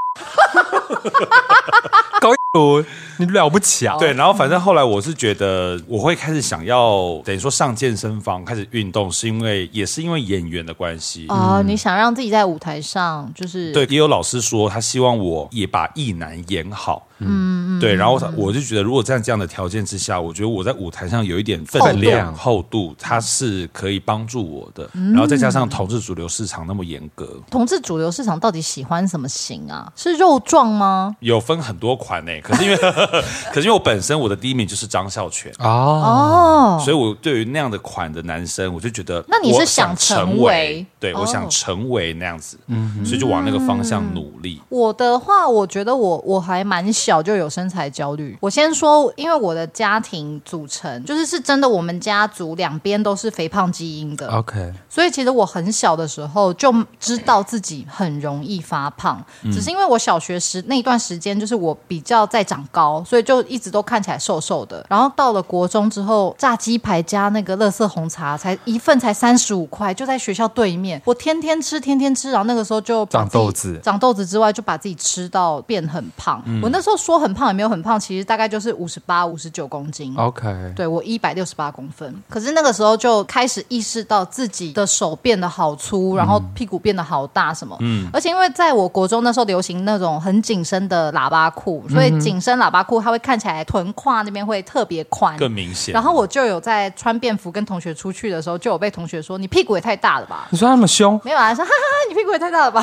S4: 高一如，你了不起啊！
S2: 对，然后反正后来我是觉得我会开始想要等于说上健身房开始运动，是因为也是因为演员的关系。
S3: 哦，你想让自己在舞台上就
S2: 嗯
S3: 是
S2: 对，也有老师说他希望我也把艺男演好，嗯，对，然后他我就觉得如果在这样的条件之下，我觉得我在舞台上有一点分量厚度，它是可以帮助我的。
S3: 嗯
S2: 然后再加上同志主流市场那么严格，
S3: 同志主流市场到底喜欢什么型啊？是肉壮吗？
S2: 有分很多款呢、可是因为可是因为我本身我的第一名就是张孝全，
S4: 啊，
S3: 哦，
S2: 所以我对于那样的款的男生，我就觉得
S3: 那你是
S2: 我
S3: 想
S2: 想
S3: 成
S2: 成
S3: 为
S2: 对、
S3: 哦嗯
S2: 我想成为那样子，所以就往那个方向努力。
S3: 我的话，我觉得我我还蛮小就有身材焦虑。我先说，因为我的家庭组成就是是真的，我们家族两边都是肥胖基因的。
S4: OK，
S3: 所以其实我很小的时候就知道自己很容易发胖，只是因为我小学时那段时间就是我比较在长高，所以就一直都看起来瘦瘦的。然后到了国中之后，炸鸡排加那个乐色红茶才一份才三十五块，就在学校对面，我天天吃天天吃，然后那个时候就把
S4: 长
S3: 自己
S4: 痘子
S3: 长痘子之外，就把自己吃到变很胖。我那时候说很胖也没有很胖，其实大概就是五十八、五十九公斤。
S4: OK，
S3: 对我一百六十八公分，可是那个时候就开始意识到自己的手变得好
S2: 嗯
S3: 粗，然后屁股变得好大什么。嗯，而且因为在我国中那时候流行那种很紧身的喇叭裤，
S2: 嗯
S3: 所以紧身喇叭裤它会看起来臀胯那边会特别宽。
S2: 更明显，
S3: 然后我就有在穿便服跟同学出去的时候，就有被同学说你屁股也太大了吧。
S4: 你说他们凶，
S3: 没有啊，说哈哈哈，你屁股也太大了吧？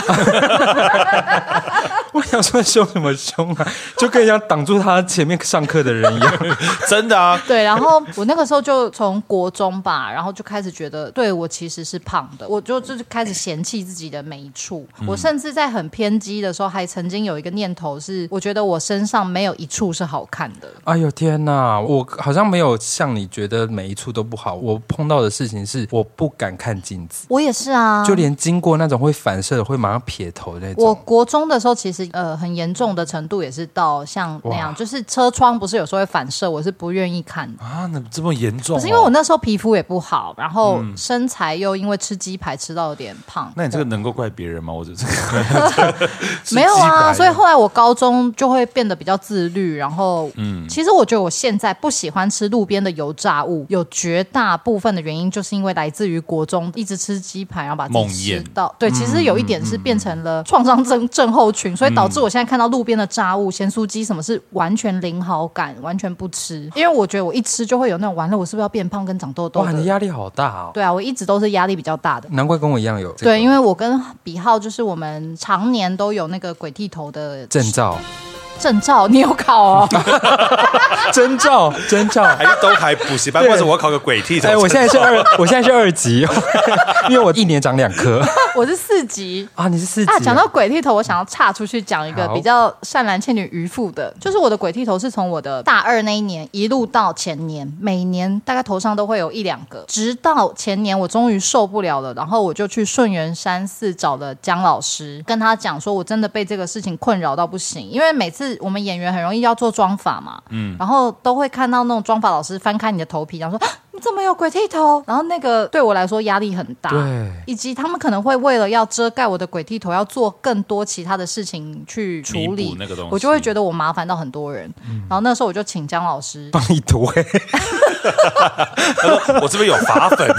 S4: 我想说凶什么凶啊？就跟人家挡住他前面上课的人一样。
S2: 真的啊，
S3: 对，然后我那个时候就从国中吧，然后就开始觉得，对我其实是胖的，我就就是开始嫌弃自己的美处。
S2: 嗯
S3: 我甚至在很偏激的时候，还曾经有一个念头是，我觉得我身上没有一处是好看的。
S4: 哎呦天哪，我好像没有像你觉得每一处都不好。我碰到的事情是，我不敢看镜子，
S3: 我也是啊，
S4: 就连经过那种会反射的，会马上撇头的那
S3: 我
S4: 种。
S3: 国中的时候，其实呃很严重的程度也是到像那样，就是车窗不是有时候会反射，我是不愿意看的。
S2: 啊，那这么严重、哦？
S3: 可是因为我那时候皮肤也不好，然后身材又因为吃鸡排吃到有点胖，
S2: 嗯那你这个能够怪别人吗？我这这个吃
S3: 没有
S2: 鸡排
S3: 啊，
S2: 的
S3: 所以后来我高中就会变得比较自律，然后，嗯，其实我觉得我现在不喜欢吃路边的油炸物，有绝大部分的原因就是因为来自于国中一直吃鸡排，然后把自己
S2: 梦
S3: 吃
S2: 魇
S3: 到，对，其实有一点是变成了创伤症症候群，所以导致我现在看到路边的炸物、咸酥鸡什么是完全零好感，完全不吃，因为我觉得我一吃就会有那种完了，我是不是要变胖跟长痘痘
S4: 哇，你
S3: 的？
S4: 压力好大哦，
S3: 对啊，我一直都是压力比较大的。
S4: 难怪跟我一样有、这
S3: 对，因
S4: 为
S3: 为我跟比浩就是我们常年都有那个鬼剃头的
S4: 证照，
S3: 证照，你有考哦？
S4: 征兆，征兆。
S2: 还是都还补 习班，
S4: 对
S2: 或者我要考个鬼剃头。
S4: 哎，我现在是二，我现在是二级， 因为我一年长两颗
S3: 我是四级。
S4: 啊。你是四级
S3: 啊， 讲到鬼剃头，我想要岔出去讲一个
S4: 好
S3: 比较善男信女渔夫的，就是我的鬼剃头是从我的大二那一年一路到前年，每年大概头上都会有一两个，直到前年我终于受不了了，然后我就去顺源山寺找了姜老师，跟他讲说我真的被这个事情困扰到不行，因为每次我们演员很容易要做妆法嘛，嗯，然后都会看到那种妆法老师翻开你的头皮，然后说。啊你怎么有鬼剃头？然后那个对我来说压力很大，
S4: 对
S3: 以及他们可能会为了要遮盖我的鬼剃头，要做更多其他的事情去处
S2: 弥
S3: 理
S2: 补那个东西
S3: 我就会觉得我麻烦到很多人。然后那时候我就请姜老师，
S4: 帮你涂黑，
S2: 我这边有法粉，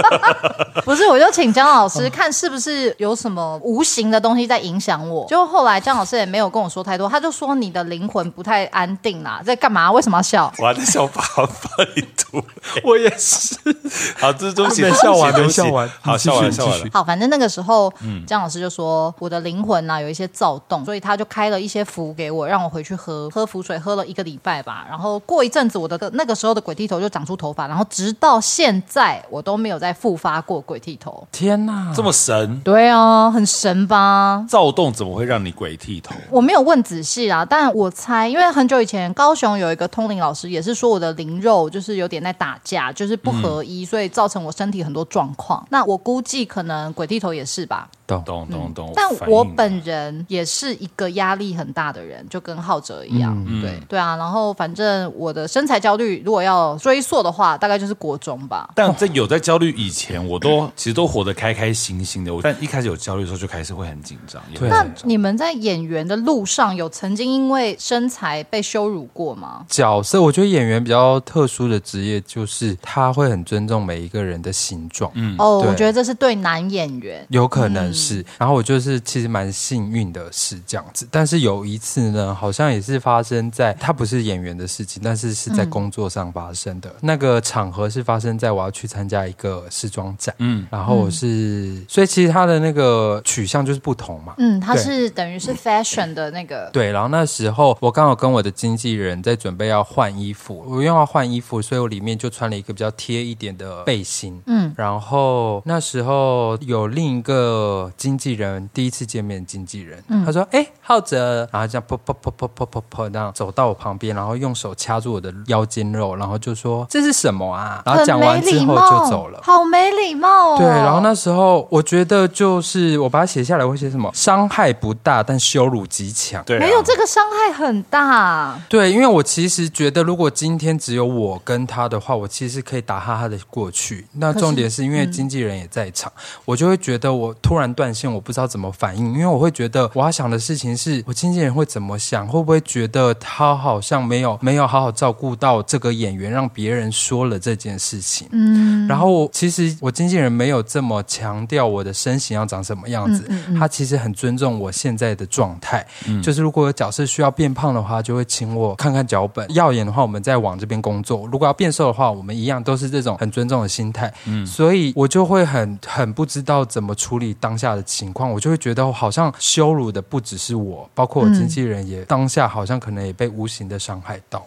S3: 不是，我就请姜老师看是不是有什么无形的东西在影响我。就后来姜老师也没有跟我说太多，他就说你的灵魂不太安定啦，在干嘛？为什么要笑？
S2: 我还在想法粉你涂。
S4: 我也是。 啊
S2: 好，这是东西
S4: 没笑完
S2: 对不起
S4: 没笑完
S2: 好，
S4: 你继续
S2: 笑完，
S4: 你继续
S2: 笑完了。
S3: 好，反正那个时候，姜老师就说我的灵魂啊呐、有一些躁动，所以他就开了一些符给我，让我回去喝喝符水，喝了一个礼拜吧。然后过一阵子，我的那个时候的鬼剃头就长出头发，然后直到现在我都没有再复发过鬼剃头。
S4: 天哪，
S2: 这么神，
S3: 对啊，很神吧？
S2: 躁动怎么会让你鬼剃头？
S3: 我没有问仔细啊，但我猜，因为很久以前高雄有一个通灵老师，也是说我的灵肉就是有点在打架，就是不合一，所以造成我身体很多状况。那我估计可能鬼剃头也是吧。
S4: 懂
S2: 懂懂懂。
S3: 但
S2: 反
S4: 啊
S2: 应
S3: 我本人也是一个压力很大的人，就跟浩哲一样，
S4: 嗯
S3: 对对啊。然后反正我的身材焦虑，如果要追溯的话，大概就是国中吧。
S2: 但在有在焦虑以前，我都其实都活得开开心心的。我但一开始有焦虑的时候，就开始会很紧张。也会
S4: 对
S3: 那
S2: 很紧张
S3: 你们在演员的路上有曾经因为身材被羞辱过吗？
S4: 角色，我觉得演员比较特殊的职业就是他会很尊重每一个人的形状，嗯，
S3: 哦，
S4: 对
S3: 我觉得这是对男演员。
S4: 有可能事。
S3: 嗯
S4: 然后我就是其实蛮幸运的是这样子，但是有一次呢，好像也是发生在他不是演员的事情，但是是在工作上发生的。那个场合是发生在我要去参加一个时装展，嗯，然后我是，所以其实他的那个取向就是不同嘛，
S3: 嗯，它
S4: 对
S3: 是等于是 fashion 的那个，
S4: 对，然后那时候我刚好跟我的经纪人在准备要换衣服，我因为要换衣服，所以我里面就穿了一个比较贴一点的背心。嗯，然后那时候有另一个经纪人，第一次见面的经纪人，
S3: 嗯
S4: 他说：“哎、浩哲。”然后这样噗噗噗噗噗噗噗那样走到我旁边，然后用手掐住我的腰间肉，然后就说：“这是什么啊？”然后
S3: 很
S4: 讲
S3: 没
S4: 完之
S3: 礼
S4: 后
S3: 貌，
S4: 就走了。
S3: 好没礼貌哦。
S4: 对，然后那时候我觉得就是我把它写下来，我会写什么？伤害不大，但羞辱极强。
S2: 对啊
S3: 没有这个伤害很大，
S4: 对，因为我其实觉得，如果今天只有我跟他的话，我其实可以打哈哈的过去。那重点是因为经纪人也在场，我就会觉得我突然断线，我不知道怎么反应，因为我会觉得我要想的事情是我经纪人会怎么想，会不会觉得他好像没有没有好好照顾到这个演员，让别人说了这件事情。嗯，然后我其实我经纪人没有这么强调我的身形要长什么样子，他其实很尊重我现在的状态，就是如果有角色需要变胖的话，就会请我看看脚本；耀眼的话，我们再往这边工作；如果要变瘦的话，我们一样都是这种很尊重的心态。嗯，所以我就会很很不知道怎么处理当下的情况，我就会觉得好像羞辱的不只是我，包括我经纪人也、当下好像可能也被无形的伤害到。，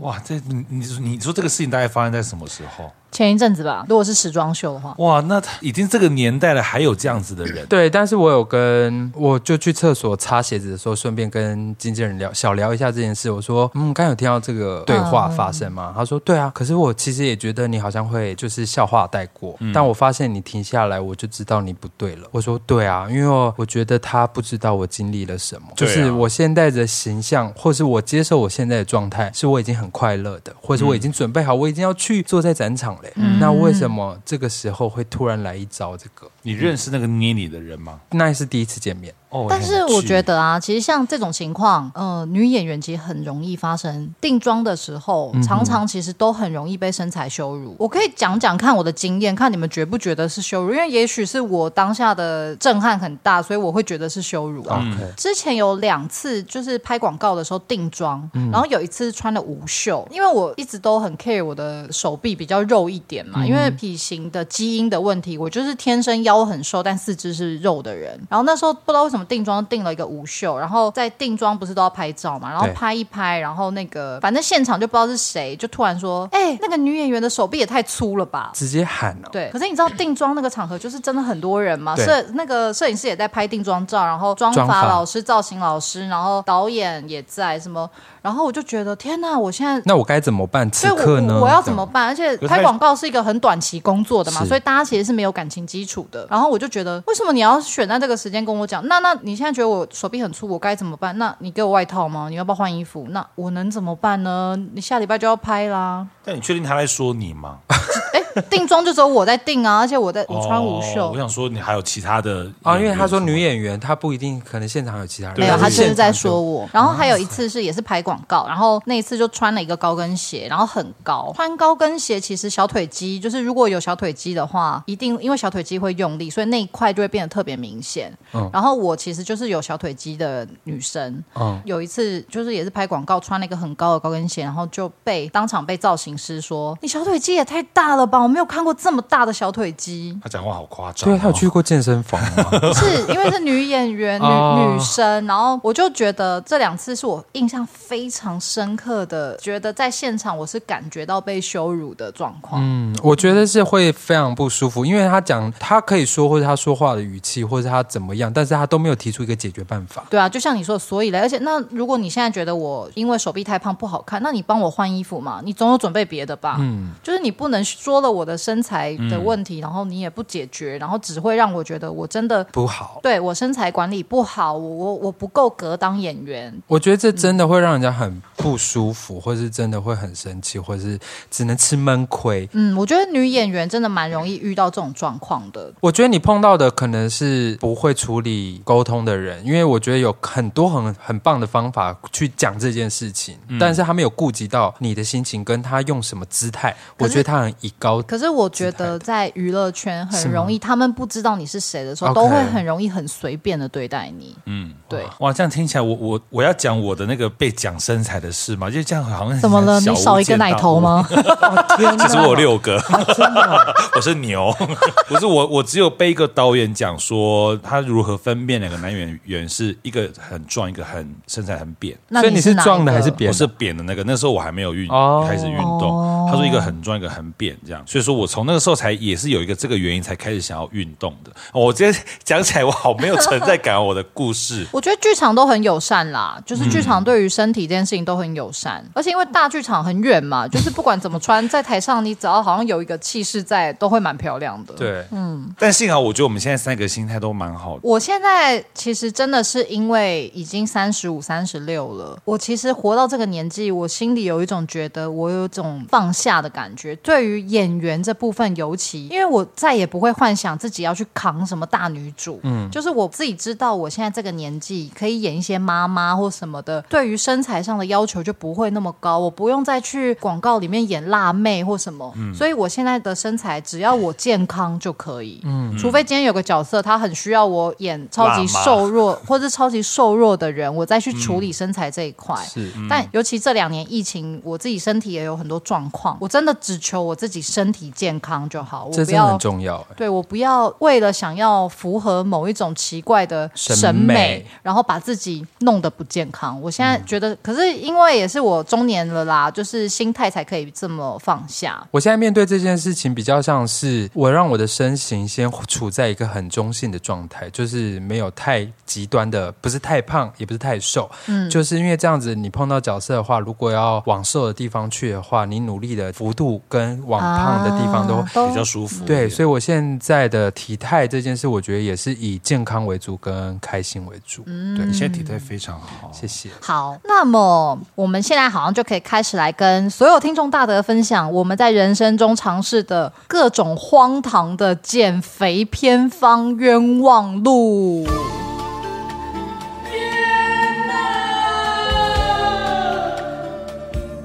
S2: 哇，这你你说你说这个事情大概发生在什么时候？
S3: 前一阵子吧，如果是时装秀的话，
S2: 哇，那他已经这个年代了，还有这样子的人
S4: 对，但是我有跟我就去厕所擦鞋子的时候，顺便跟经纪人聊小聊一下这件事。我说，嗯，刚有听到这个对话发生吗？他说，对啊。可是我其实也觉得你好像会就是笑话带过，
S2: 嗯
S4: 但我发现你停下来，我就知道你不对了。我说，对啊，因为我觉得他不知道我经历了什么，就
S2: 对啊
S4: 是我现在的形象，或是我接受我现在的状态，是我已经很快乐的，或是我已
S2: 嗯
S4: 经准备好，我已经要去坐在展场嘞。那为什么这个时候会突然来一招这个？
S2: 你认识那个捏你的人吗？
S4: 那也是第一次见面。
S2: 哦，
S3: 但是我觉
S2: 得
S3: 得啊，其实像这种情况，呃，女演员其实很容易发生定妆的时候，常常其实都很容易被身材羞辱。我可以讲讲看我的经验，看你们觉不觉得是羞辱？因为也许是我当下的震撼很大，所以我会觉得是羞辱啊。
S4: OK，
S3: 之前有两次就是拍广告的时候定妆，然后有一次穿了无袖，因为我一直都很 care 我的手臂比较肉一点嘛，因为体型的基因的问题，我就是天生腰很瘦，但四肢是肉的人。然后那时候不知道为什么定妆定了一个无袖，然后在定妆不是都要拍照嘛，然后
S4: 对
S3: 拍一拍，然后那个反正现场就不知道是谁，就突然说：“哎、那个女演员的手臂也太粗了吧！”
S4: 直接喊哦了、
S3: 对，可是你知道定妆那个场合就是真的很多人嘛，
S4: 对
S3: 摄那个摄影师也在拍定妆照，然后妆
S4: 妆
S3: 发
S4: 发
S3: 老师、造型老师，然后导演也在什么，然后我就觉得天哪，我现在。
S4: 那我该怎么办？
S3: 所
S4: 此
S3: 以
S4: 刻呢？
S3: 我我要怎么办？而且
S2: 可是
S3: 拍
S2: 他
S3: 广告是一个很短期工作的嘛，
S4: 是
S3: 所以大家其实是没有感情基础的。然后我就觉得，为什么你要选在这个时间跟我讲？那那你现在觉得我手臂很粗，我该怎么办？那你给我外套吗？你要不要换衣服？那我能怎么办呢？你下礼拜就要拍啦。
S2: 但你确定他在说你吗？
S3: 哎，定妆就只有我在定啊，而且我在我穿无袖。
S2: 哦我想说你还有其他的
S4: 啊？因为他说
S2: 演员
S4: 女演员，她不一定可能现场有其他人，
S2: 对
S3: 没有，
S4: 但
S3: 啊他就是
S4: 啊现
S3: 在
S4: 场
S3: 说我。然后还有一次是也是拍广告，然后那一次就穿了一个高跟鞋，然后很高。穿高跟鞋其实小腿肌就是如果有小腿肌的话，一定因为小腿肌会用力，所以那一块就会变得特别明显。然后我其实就是有小腿肌的女生，
S4: 嗯
S3: 有一次就是也是拍广告，穿了一个很高的高跟鞋，然后就被当场被造型师说：“你小腿肌也太大了吧，我没有看过这么大的小腿肌。”
S2: 他讲话好夸张、
S4: 对，她有
S2: 哦，
S4: 去过健身房吗？
S3: 是因为是女演员、女
S4: 哦
S3: 女生，然后我就觉得这两次是我印象非常深刻的，觉得在现场我是感觉到被羞辱的状况。
S4: 嗯，我觉得是会非常不舒服，因为她讲她可以说，或者她说话的语气，或者她怎么样，但是她都没有提出一个解决办法。
S3: 对啊，就像你说的，所以嘞，而且那如果你现在觉得我因为手臂太胖不好看，那你帮我换衣服嘛，你总有准备别的吧。嗯，就是你不能说了我的身材的问
S4: 嗯
S3: 题，然后你也不解决，然后只会让我觉得我真的
S4: 不好，
S3: 对我身材管理不好，我我我不够格当演员，
S4: 我觉得这真的会让人家很不舒服，或是真的会很生气，或是只能吃闷亏。
S3: 嗯，我觉得女演员真的蛮容易遇到这种状况的。
S4: 我觉得你碰到的可能是不会处理沟通的人，因为我觉得有很多很很棒的方法去讲这件事情，但是他没有顾及到你的心情，跟他用什么姿态，
S3: 可是
S4: 我觉得他很以高标
S3: 可是我觉得在娱乐圈很容易，他们不知道你是谁的时候，
S4: OK
S3: 都会很容易很随便的对待你。嗯，对。
S2: 哇，这样听起来我，我我要讲我的那个被讲身材的事嘛，就这样好像很
S3: 怎么了？
S2: 小
S3: 你
S2: 巫
S3: 少一个
S2: 见
S3: 奶
S2: 大
S3: 头
S2: 巫？
S3: 吗？
S2: 其实我有六 个，我是牛， 不是我，我只有被一个导演讲说他如何分辨两个男演员是一个很壮，一个很身材很扁。
S3: 那
S4: 所以
S3: 你
S4: 你是
S3: 哪一
S4: 壮的还
S3: 个
S4: 是扁
S2: 我是扁的那个，那时候我还没有运、
S4: 哦
S2: 开始运动。他说一个很壮，一个很扁，这样，所以说我从那个时候才也是有一个这个原因才开始想要运动的。哦我今天讲起来我好没有存在感哦，我的故 事。
S3: 我觉得剧场都很友善啦，就是
S2: 嗯
S3: 剧场对于身体这件事情都很友善，而且因为大剧场很远嘛，就是不管怎么穿，在台上你只要好像有一个气势在，都会蛮漂亮 的。。
S4: 对，
S2: 但幸好我觉得我们现在三个心态都蛮好的。
S3: 我现在其实真的是因为已经三十五、三十六了，我其实活到这个年纪，我心里有一种觉得我有一种放下的感觉。对于演员这部分，尤其因为我再也不会幻想自己要去扛什么大女主，嗯，就是我自己知道我现在这个年纪可以演一些妈妈或什么的，对于身材上的要求就不会那么高，我不用再去广告里面演辣妹或什么，
S4: 嗯
S3: 所以我现在的身材只要我健康就可以，嗯，除非今天有个角色他很需要我演超级
S2: 辣妈
S3: 瘦弱或是超级瘦弱的人，我再去处理身材这一块，
S4: 嗯是嗯
S3: 但尤其这两年疫情，我自己身体也有很多状况，我真的只求我自己身体健康就好，我
S4: 这
S3: 不
S4: 真的
S3: 要
S4: 很重要、欸。
S3: 对我不要为了想要符合某一种奇怪的
S4: 审
S3: 审
S4: 美
S3: 美，然后把自己弄得不健康。我现在觉得，可是因为也是我中年了啦，就是心态才可以这么放下。
S4: 我现在面对这件事情，比较像是我让我的身形先处在一个很中性的状态，就是没有太极端的，不是太胖，也不是太瘦，嗯，就是因为这样子，你碰到角色的话，如果要往瘦的地方去的话，你努力的幅度跟往胖的地方都。
S3: 啊都
S2: 比较舒服一点。
S4: 对，所以我现在的体态这件事，我觉得也是以健康为主，跟开心为主。
S3: 嗯
S4: 对，
S2: 你现在体态非常好，
S4: 谢谢。
S3: 好，那么我们现在好像就可以开始来跟所有听众大德分享我们在人生中尝试的各种荒唐的减肥偏方冤枉路。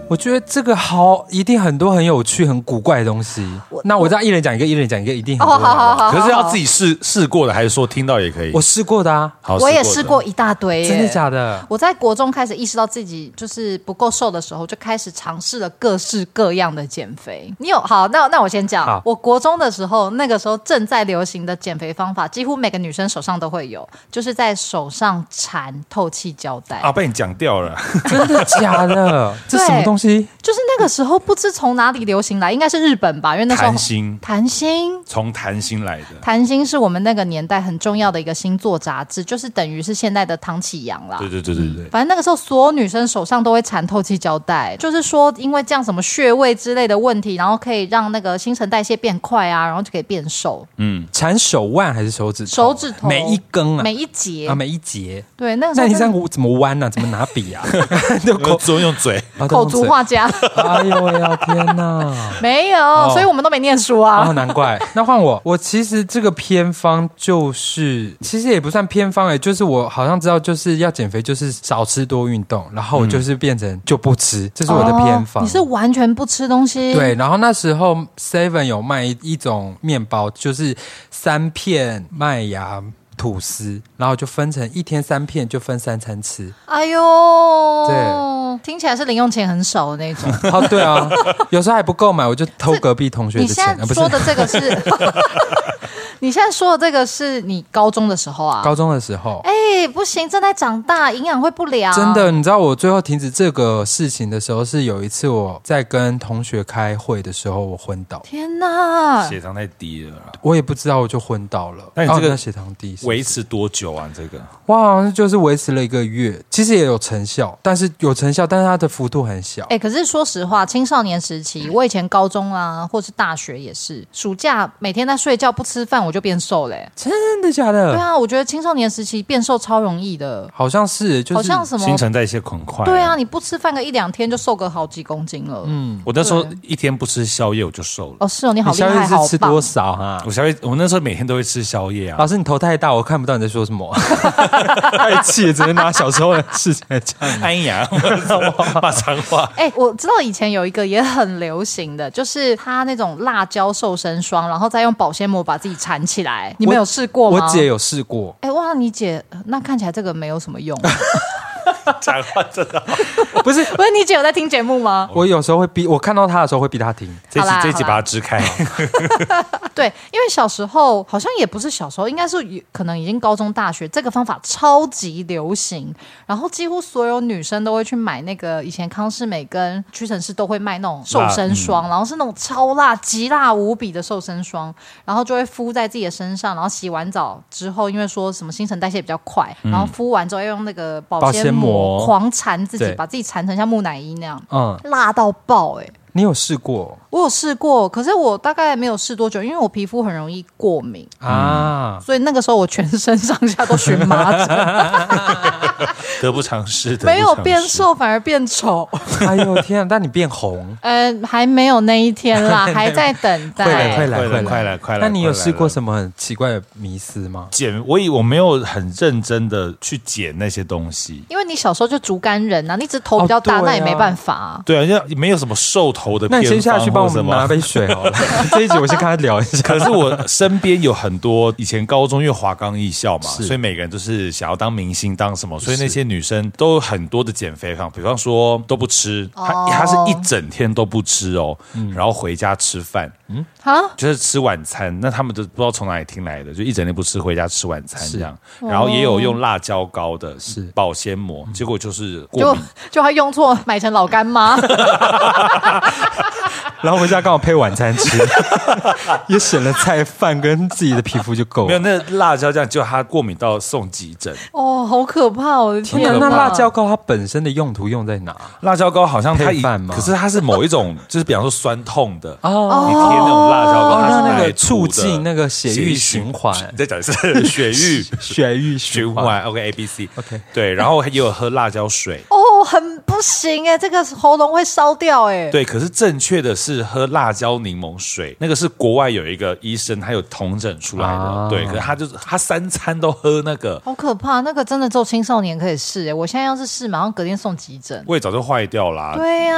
S4: 我觉得这个好，一定很多很有趣、很古怪的东西。那我这样一人讲一个，一人讲一个，一定很多。
S3: 哦，好好好，
S2: 可是要自
S3: 己，
S2: 己试试过的，还是说听到也可以？
S4: 我试过的啊，
S2: 好，
S3: 我也
S2: 的
S3: 试过，一大堆耶，
S4: 真的假的？
S3: 我在国中开始意识到自己就是不够瘦的时候，就开始尝试了各式各样的减肥。你有好，那那我先讲
S4: 好，
S3: 我国中的时候，那个时候正在流行的减肥方法，几乎每个女生手上都会有，就是在手上缠透气胶带。
S2: 啊，被你讲掉 了。
S4: 真的 假的？这什么东西？
S3: 就是那个时候不知从哪里流行来，应该是日本吧，因为那时候
S2: 谈心
S3: 谈心
S2: 从谈心来的，
S3: 谈心是我们那个年代很重要的一个星座杂志，就是等于是现在的唐启阳啦。
S2: 对对对对 对。
S3: 反正那个时候，所有女生手上都会缠透气胶带，就是说，因为这样什么穴位之类的问题，然后可以让那个新陈代谢变快啊，然后就可以变瘦。
S4: 缠手腕还是手指头？
S3: 手指头
S4: 嗯每一根啊，
S3: 每一节，
S4: 啊每一节。
S3: 对，那个时候
S4: 那你这
S3: 真
S4: 样
S3: 的
S4: 怎么弯呢、啊？怎么拿 笔啊？就口
S2: 只有用 嘴，
S4: 啊
S3: 口足。画 家
S4: 对用嘴哎呦喂呀！天 哪！
S3: 没有，所以我们都没念书啊。
S4: 哦，难怪。那换我，我其实这个偏方就是，其实也不算偏方哎、就是我好像知道，就是要减肥，就是少吃多运动，然后我就是变成就不吃，这是我的偏
S3: 哦
S4: 方。
S3: 你是完全不吃东西，
S4: 对，，然后那时候 Seven 有卖一一种面包，就是三片麦芽吐司，然后就分成一天三片，就分三餐吃。
S3: 哎呦，
S4: 对，
S3: 听起来是零用钱很少的那 种。
S4: 哦，对 啊，有时候还不够买，我就偷隔壁同学
S3: 你
S4: 的钱
S3: 现，
S4: 啊、
S3: 在
S4: 不是
S3: 说的这个是， 你现在说的这个是你高中的时候啊？
S4: 高中的时候。
S3: 哎、不行，正在长大，营养会不良。
S4: 真的，你知道我最后停止这个事情的时候，是有一次我在跟同学开会的时候，我昏倒，
S3: 天哪！
S2: 血糖太低了啦。
S4: 我也不知道我就昏倒了。
S2: 那你这个
S4: 哦血糖低，
S2: 维持多久啊？这个
S4: 我好像就是维持了一个月，其实也有成效，但是有成效，但是它的幅度很小。
S3: 哎、可是说实话，青少年时期，我以前高中啊，或是大学也是，暑假每天在睡觉不吃饭，我就变瘦嘞、
S4: 真的假
S3: 对
S4: 的？
S3: 啊，我觉得青少年时期变瘦超容易的，
S4: 好像是，就是
S3: 好像什么
S2: 新。陈代谢很
S4: 哎
S2: 快。
S3: 对啊，，你不吃饭个一两天就瘦个好几公斤了。嗯，
S2: 我那时候
S3: 对
S2: 一天不吃宵夜我就瘦了。
S3: 哦，是哦，你好
S4: 你
S3: 厉
S4: 宵夜
S3: 害，好
S4: 是吃
S3: 棒
S4: 多。少
S3: 啊
S4: 哈？
S2: 我宵夜，我那时候每天都会吃宵夜啊
S4: 老。师，你头太大，我看不到你在说什么，太气了，只能拿小时候的事情来讲。
S2: 哎 呀， 我骂脏话。
S3: 哎、我知道以前有一个也很流行的，就是它那种辣椒瘦身霜，然后再用保鲜膜把自己缠起来。你们有试过
S4: 我
S3: 吗？
S4: 姐。有试过，
S3: 哎、哇，你姐那看起来这个没有什么用。啊
S2: 讲话真的好。
S4: 不是
S3: 不是你姐有在听节目吗？
S4: 我有时候会逼，我看到她的时候会逼她听。
S2: 这
S3: 好
S2: 集
S3: 啦
S2: 这集
S3: 好
S2: 把
S3: 啦
S2: 它支开。哦
S3: 对，因为小时候好像也不是小时候，应该是有可能已经高中、大学，这个方法超级流行，然后几乎所有女生都会去买那个以前康士美跟屈臣氏都会卖那种瘦
S4: 嗯
S3: 身霜，然后是那种超辣、极辣无比的瘦身霜，然后就会敷在自己的身上，然后洗完澡之后，因为说什么新陈代谢比较快，然后敷完之后要用那个保
S4: 嗯保
S3: 鲜
S4: 鲜
S3: 膜
S4: 膜
S3: 狂缠自己
S4: 对，
S3: 把自己缠成像木乃伊那样，
S4: 嗯，
S3: 辣到爆哎、
S4: 你有试过
S3: 我有试过，可是我大概没有试多久，因为我皮肤很容易过敏，
S2: 嗯
S4: 啊？
S3: 所以那个时候我全身上下都荨麻疹，
S2: 得不偿失，得不
S3: 没有
S2: 偿
S3: 变
S2: 失。
S3: 瘦反而变丑。
S4: 哎呦天啊！但你变 红，
S3: 呃，还没有那一天 啦，还在等待。
S4: 会了会
S2: 快
S4: 了会
S2: 了
S4: 了
S2: 快了快了
S4: 那你有
S2: 快了
S4: 试过
S2: 了
S4: 什么很奇怪的迷思吗？
S2: 减，我以我没有很认真的去减那些东西。
S3: 因为你小时候就竹竿人啊，你只是头比较大，
S4: 哦对啊
S3: 那也没办法、啊。
S2: 对啊，因为没有什么瘦头的
S4: 那
S2: 偏
S4: 你
S2: 方
S4: 先下去帮我
S2: 或什
S4: 们
S2: 么
S4: 拿杯 水好了。这一集我先跟他聊一下。
S2: 可是我身边有很多以前高中因为华冈艺校嘛，
S4: 是
S2: 所以每个人都是想要当明星当什么，所以那些女生都有很多的减肥方法，比方说都不吃，她、
S3: 哦
S2: 她是一整天都不吃哦，然后回家吃饭，
S3: 啊，
S2: 就是吃晚餐。那他们都不知道从哪里听来的，就一整天不吃，回家吃晚餐这样。然后也有用辣椒膏的，是保鲜
S4: 嗯
S2: 膜，结果就是过
S3: 就
S2: 敏。
S3: 就他用错，买成老干 妈。
S4: 然后回家刚好配晚餐吃， 也省了菜饭跟自己的皮肤就够
S2: 没有
S4: 了。
S2: 那辣椒酱，就她过敏到送急诊。
S3: 哦，好可怕！我的天
S4: 天啊
S3: 哪，
S4: 那辣椒膏它本身的用途用在哪？
S2: 辣椒膏好像它
S4: 配
S2: 一
S4: 饭吗
S2: 可是它是某一种，就是比方说酸痛的
S4: 哦
S2: 你贴那种辣椒膏，它是
S4: 那那
S2: 拿来
S4: 个
S2: 涂
S4: 促
S2: 的
S4: 进那个血液循环
S2: 你，再 讲一次，血液
S4: 血液
S2: 循
S4: 循环。
S2: 环。OK，A B C。
S4: OK
S2: 对，然后也有喝辣椒水。
S3: 哦，很不行哎、这个喉咙会烧掉哎、
S2: 对，可是正确的是喝辣椒柠檬水，那个是国外有一个医生，他有同诊出来的。
S4: 啊
S2: 对，可是他就是他三餐都喝那个，
S3: 好可怕！那个真的只有青少年可以试哎、我现在要是试，马上隔天送急诊。
S2: 胃早就坏掉啦、
S3: 对呀、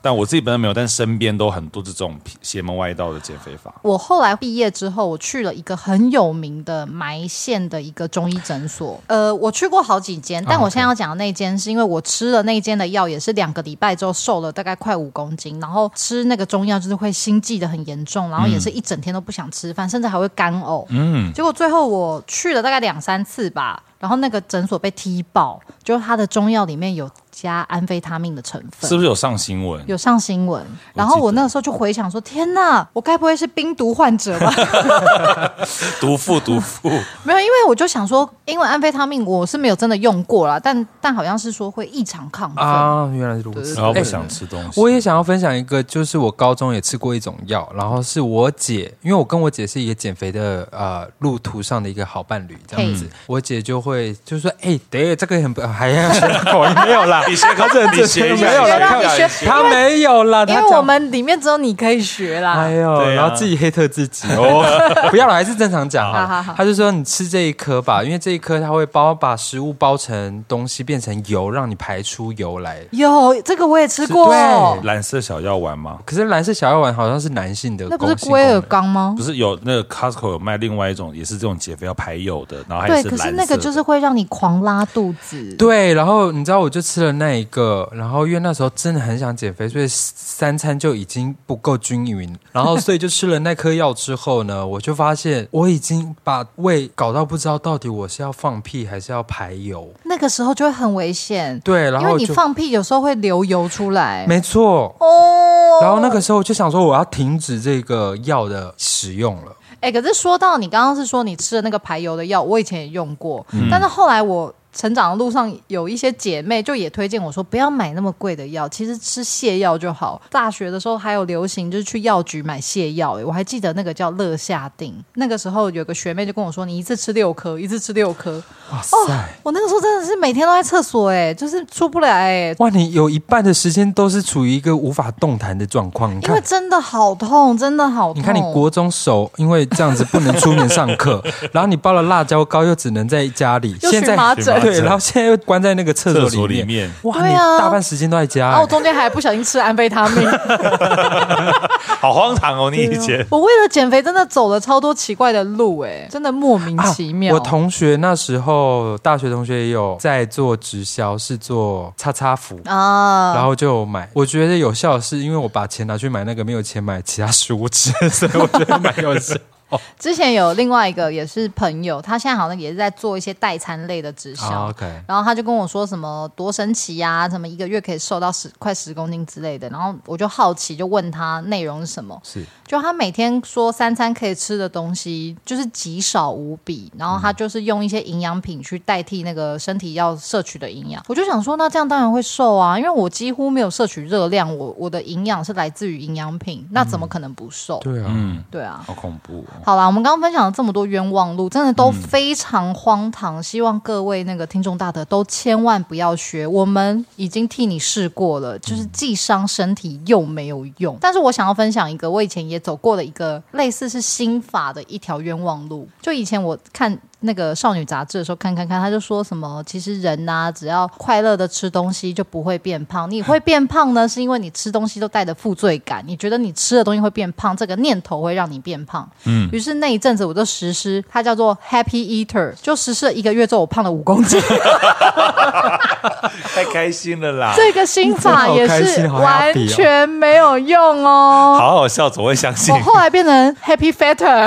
S2: 但我自己本身没有，但身边都很多这种邪门歪道的减肥法。
S3: 我后来毕业之后，我去了一个很有名的埋线的一个中医诊所。呃，我去过好几间，但我现在要讲的那间是因为我吃了那间的药，也是两个礼拜之后瘦了大概快五公斤，然后吃那个中药就是会心悸的很严重，然后也是一整天都不想吃饭，甚至还会干呕。嗯，结果最后我去了大概两三次吧，然后那个诊所被踢爆，就是它的中药里面有加安非他命的成分，
S2: 是不是有上新闻？
S3: 有上新闻，然后我那个时候就回想说：天呐，我该不会是冰毒患者吧？
S2: 毒妇，毒 妇，
S3: 没有，因为我就想说，因为安非他命我是没有真的用过啦，但但好像是说会异常亢奋。
S4: 啊，原来是如此。
S2: 然后不
S4: 哎
S2: 想吃东西。
S4: 我也想要分享一个，就是我高中也吃过一种药，然后是我姐，因为我跟我姐是一个减肥的呃路途上的一个好伴侣，这样子
S3: 嘿，
S4: 我姐就会就是说，哎、对，这个很不 还 要学 口
S2: 哦
S4: 音没有啦，
S2: 你学口
S4: 她是很
S2: 你学
S4: 真
S2: 一
S4: 实
S2: 下
S4: 没有
S3: 你学让
S4: 啦
S3: 你，学
S4: 她没有啦，
S3: 因
S4: 她
S3: 为
S4: 讲
S3: 我们里面只有你可以学啦
S4: 哎。呦，
S2: 对啊
S4: 然后自己黑特 自己哦，不要了，还是正常讲好了
S3: 好好好
S4: 他就说你吃这一颗吧，因为这一颗它会包把食物包成东西变成油，让你排出油来。
S3: 有这个我也吃过，
S4: 是
S2: 哎蓝色小药丸吗？
S4: 可是蓝色小药丸好像是男性的
S3: 那
S4: 攻性
S3: 不
S4: 功
S3: 是
S4: 能，
S3: 龟尔纲吗
S2: 不？是有那个 Costco 有卖另外一种，也是这种解肥要排油的，然后还
S3: 对，
S2: 是
S3: 可
S2: 蓝色
S3: 是
S2: 的
S3: 那个就是会让你狂拉肚子。
S4: 对，然后你知道我就吃了那一个，然后因为那时候真的很想减肥，所以三餐就已经不够均匀，然后所以就吃了那颗药之后呢， 我就发现我已经把胃搞到不知道到底我是要放屁还是要排油。
S3: 那个时候就会很危险，
S4: 对，然
S3: 因
S4: 后
S3: 为
S4: 我
S3: 你
S4: 就
S3: 放屁有时候会流油出来。
S4: 没错，
S3: 哎哦，
S4: 然后那个时候我就想说，我要停止这个药的使用了。嗯
S3: 哎、可是说到你刚刚是说你吃的那个排油的药，我以前也用过，但是后来我成长的路上有一些姐妹就也推荐我说，不要买那么贵的药，其实吃泻药就好。大学的时候还有流行就是去药局买泻药、欸，我还记得那个叫乐夏定，那个时候有个学妹就跟我说，你一次吃六颗，一次吃六颗。哦
S4: 哇塞！
S3: 我那个时候真的是每天都在厕所、欸，哎，就是出不来、欸，
S4: 哇，你有一半的时间都是处于一个无法动弹的状况。你
S3: 因为
S4: 看，
S3: 真的好痛，真的好痛。
S4: 你看，你国中手因为这样子不能出门上 课，然后你包了辣椒膏又只能在家里，
S3: 又
S4: 现在
S3: 荨麻疹
S4: 对，然后现在又关在那个厕
S2: 厕
S4: 所
S2: 所
S4: 里
S2: 里
S4: 面，
S2: 面，
S4: 哇，
S3: 对
S4: 你
S3: 啊哦
S4: 大半时间都在家、哎
S3: 然后我中间还不小心吃安非他命。
S2: 好荒唐哦！你以前
S3: 我为了减肥，真的走了超多奇怪的路、哎，真的莫名其妙。
S4: 啊我同学那时候大学同学也有在做直销，是做擦擦服。
S3: 啊，
S4: 然后就买，我觉得有效的是因为我把钱拿去买那个，没有钱买其他食物吃， 所以我觉得蛮有效。
S3: 之前有另外一个也是朋友，他现在好像也是在做一些代餐类的直销。
S4: 啊 OK，
S3: 然后他就跟我说什么多神奇呀、什么一个月可以瘦到十快十公斤之类的。然后我就好奇，就问他内容是什么。
S4: 是
S3: 就他每天说三餐可以吃的东西就是极少无比，然后他
S4: 嗯
S3: 就是用一些营养品去代替那个身体要摄取的营养。我就想说，那这样当然会瘦啊，因为我几乎没有摄取热量，我我的营养是来自于营养品，那怎么可能不瘦？
S4: 嗯对啊，
S3: 对啊。
S2: 好恐怖哦！
S3: 好啦，我们刚刚分享了这么多冤枉路，真的都非常荒唐。希望各位那个听众大德都千万不要学，我们已经替你试过了，就是既伤身体又没有用。但是我想要分享一个我以前也走过的一个类似是心法的一条冤枉路。就以前我看那个少女杂志的时候，看看看，他就说什么，其实人呐、只要快乐的吃东西就不会变胖。你会变胖呢，是因为你吃东西都带着负罪感，你觉得你吃的东西会变胖，这个念头会让你变胖。
S4: 嗯
S3: 于是那一阵子我就实施，它叫做 Happy Eater，就实施了一个月之后，我胖了五公 斤。
S2: 太开心了啦！
S3: 这个心法也
S4: 真的好开
S3: 是
S4: 心好
S3: 完
S4: happy 哦
S3: 全没有用哦。
S2: 好好笑，总会相信
S3: 我。后来变成 Happy Fatter，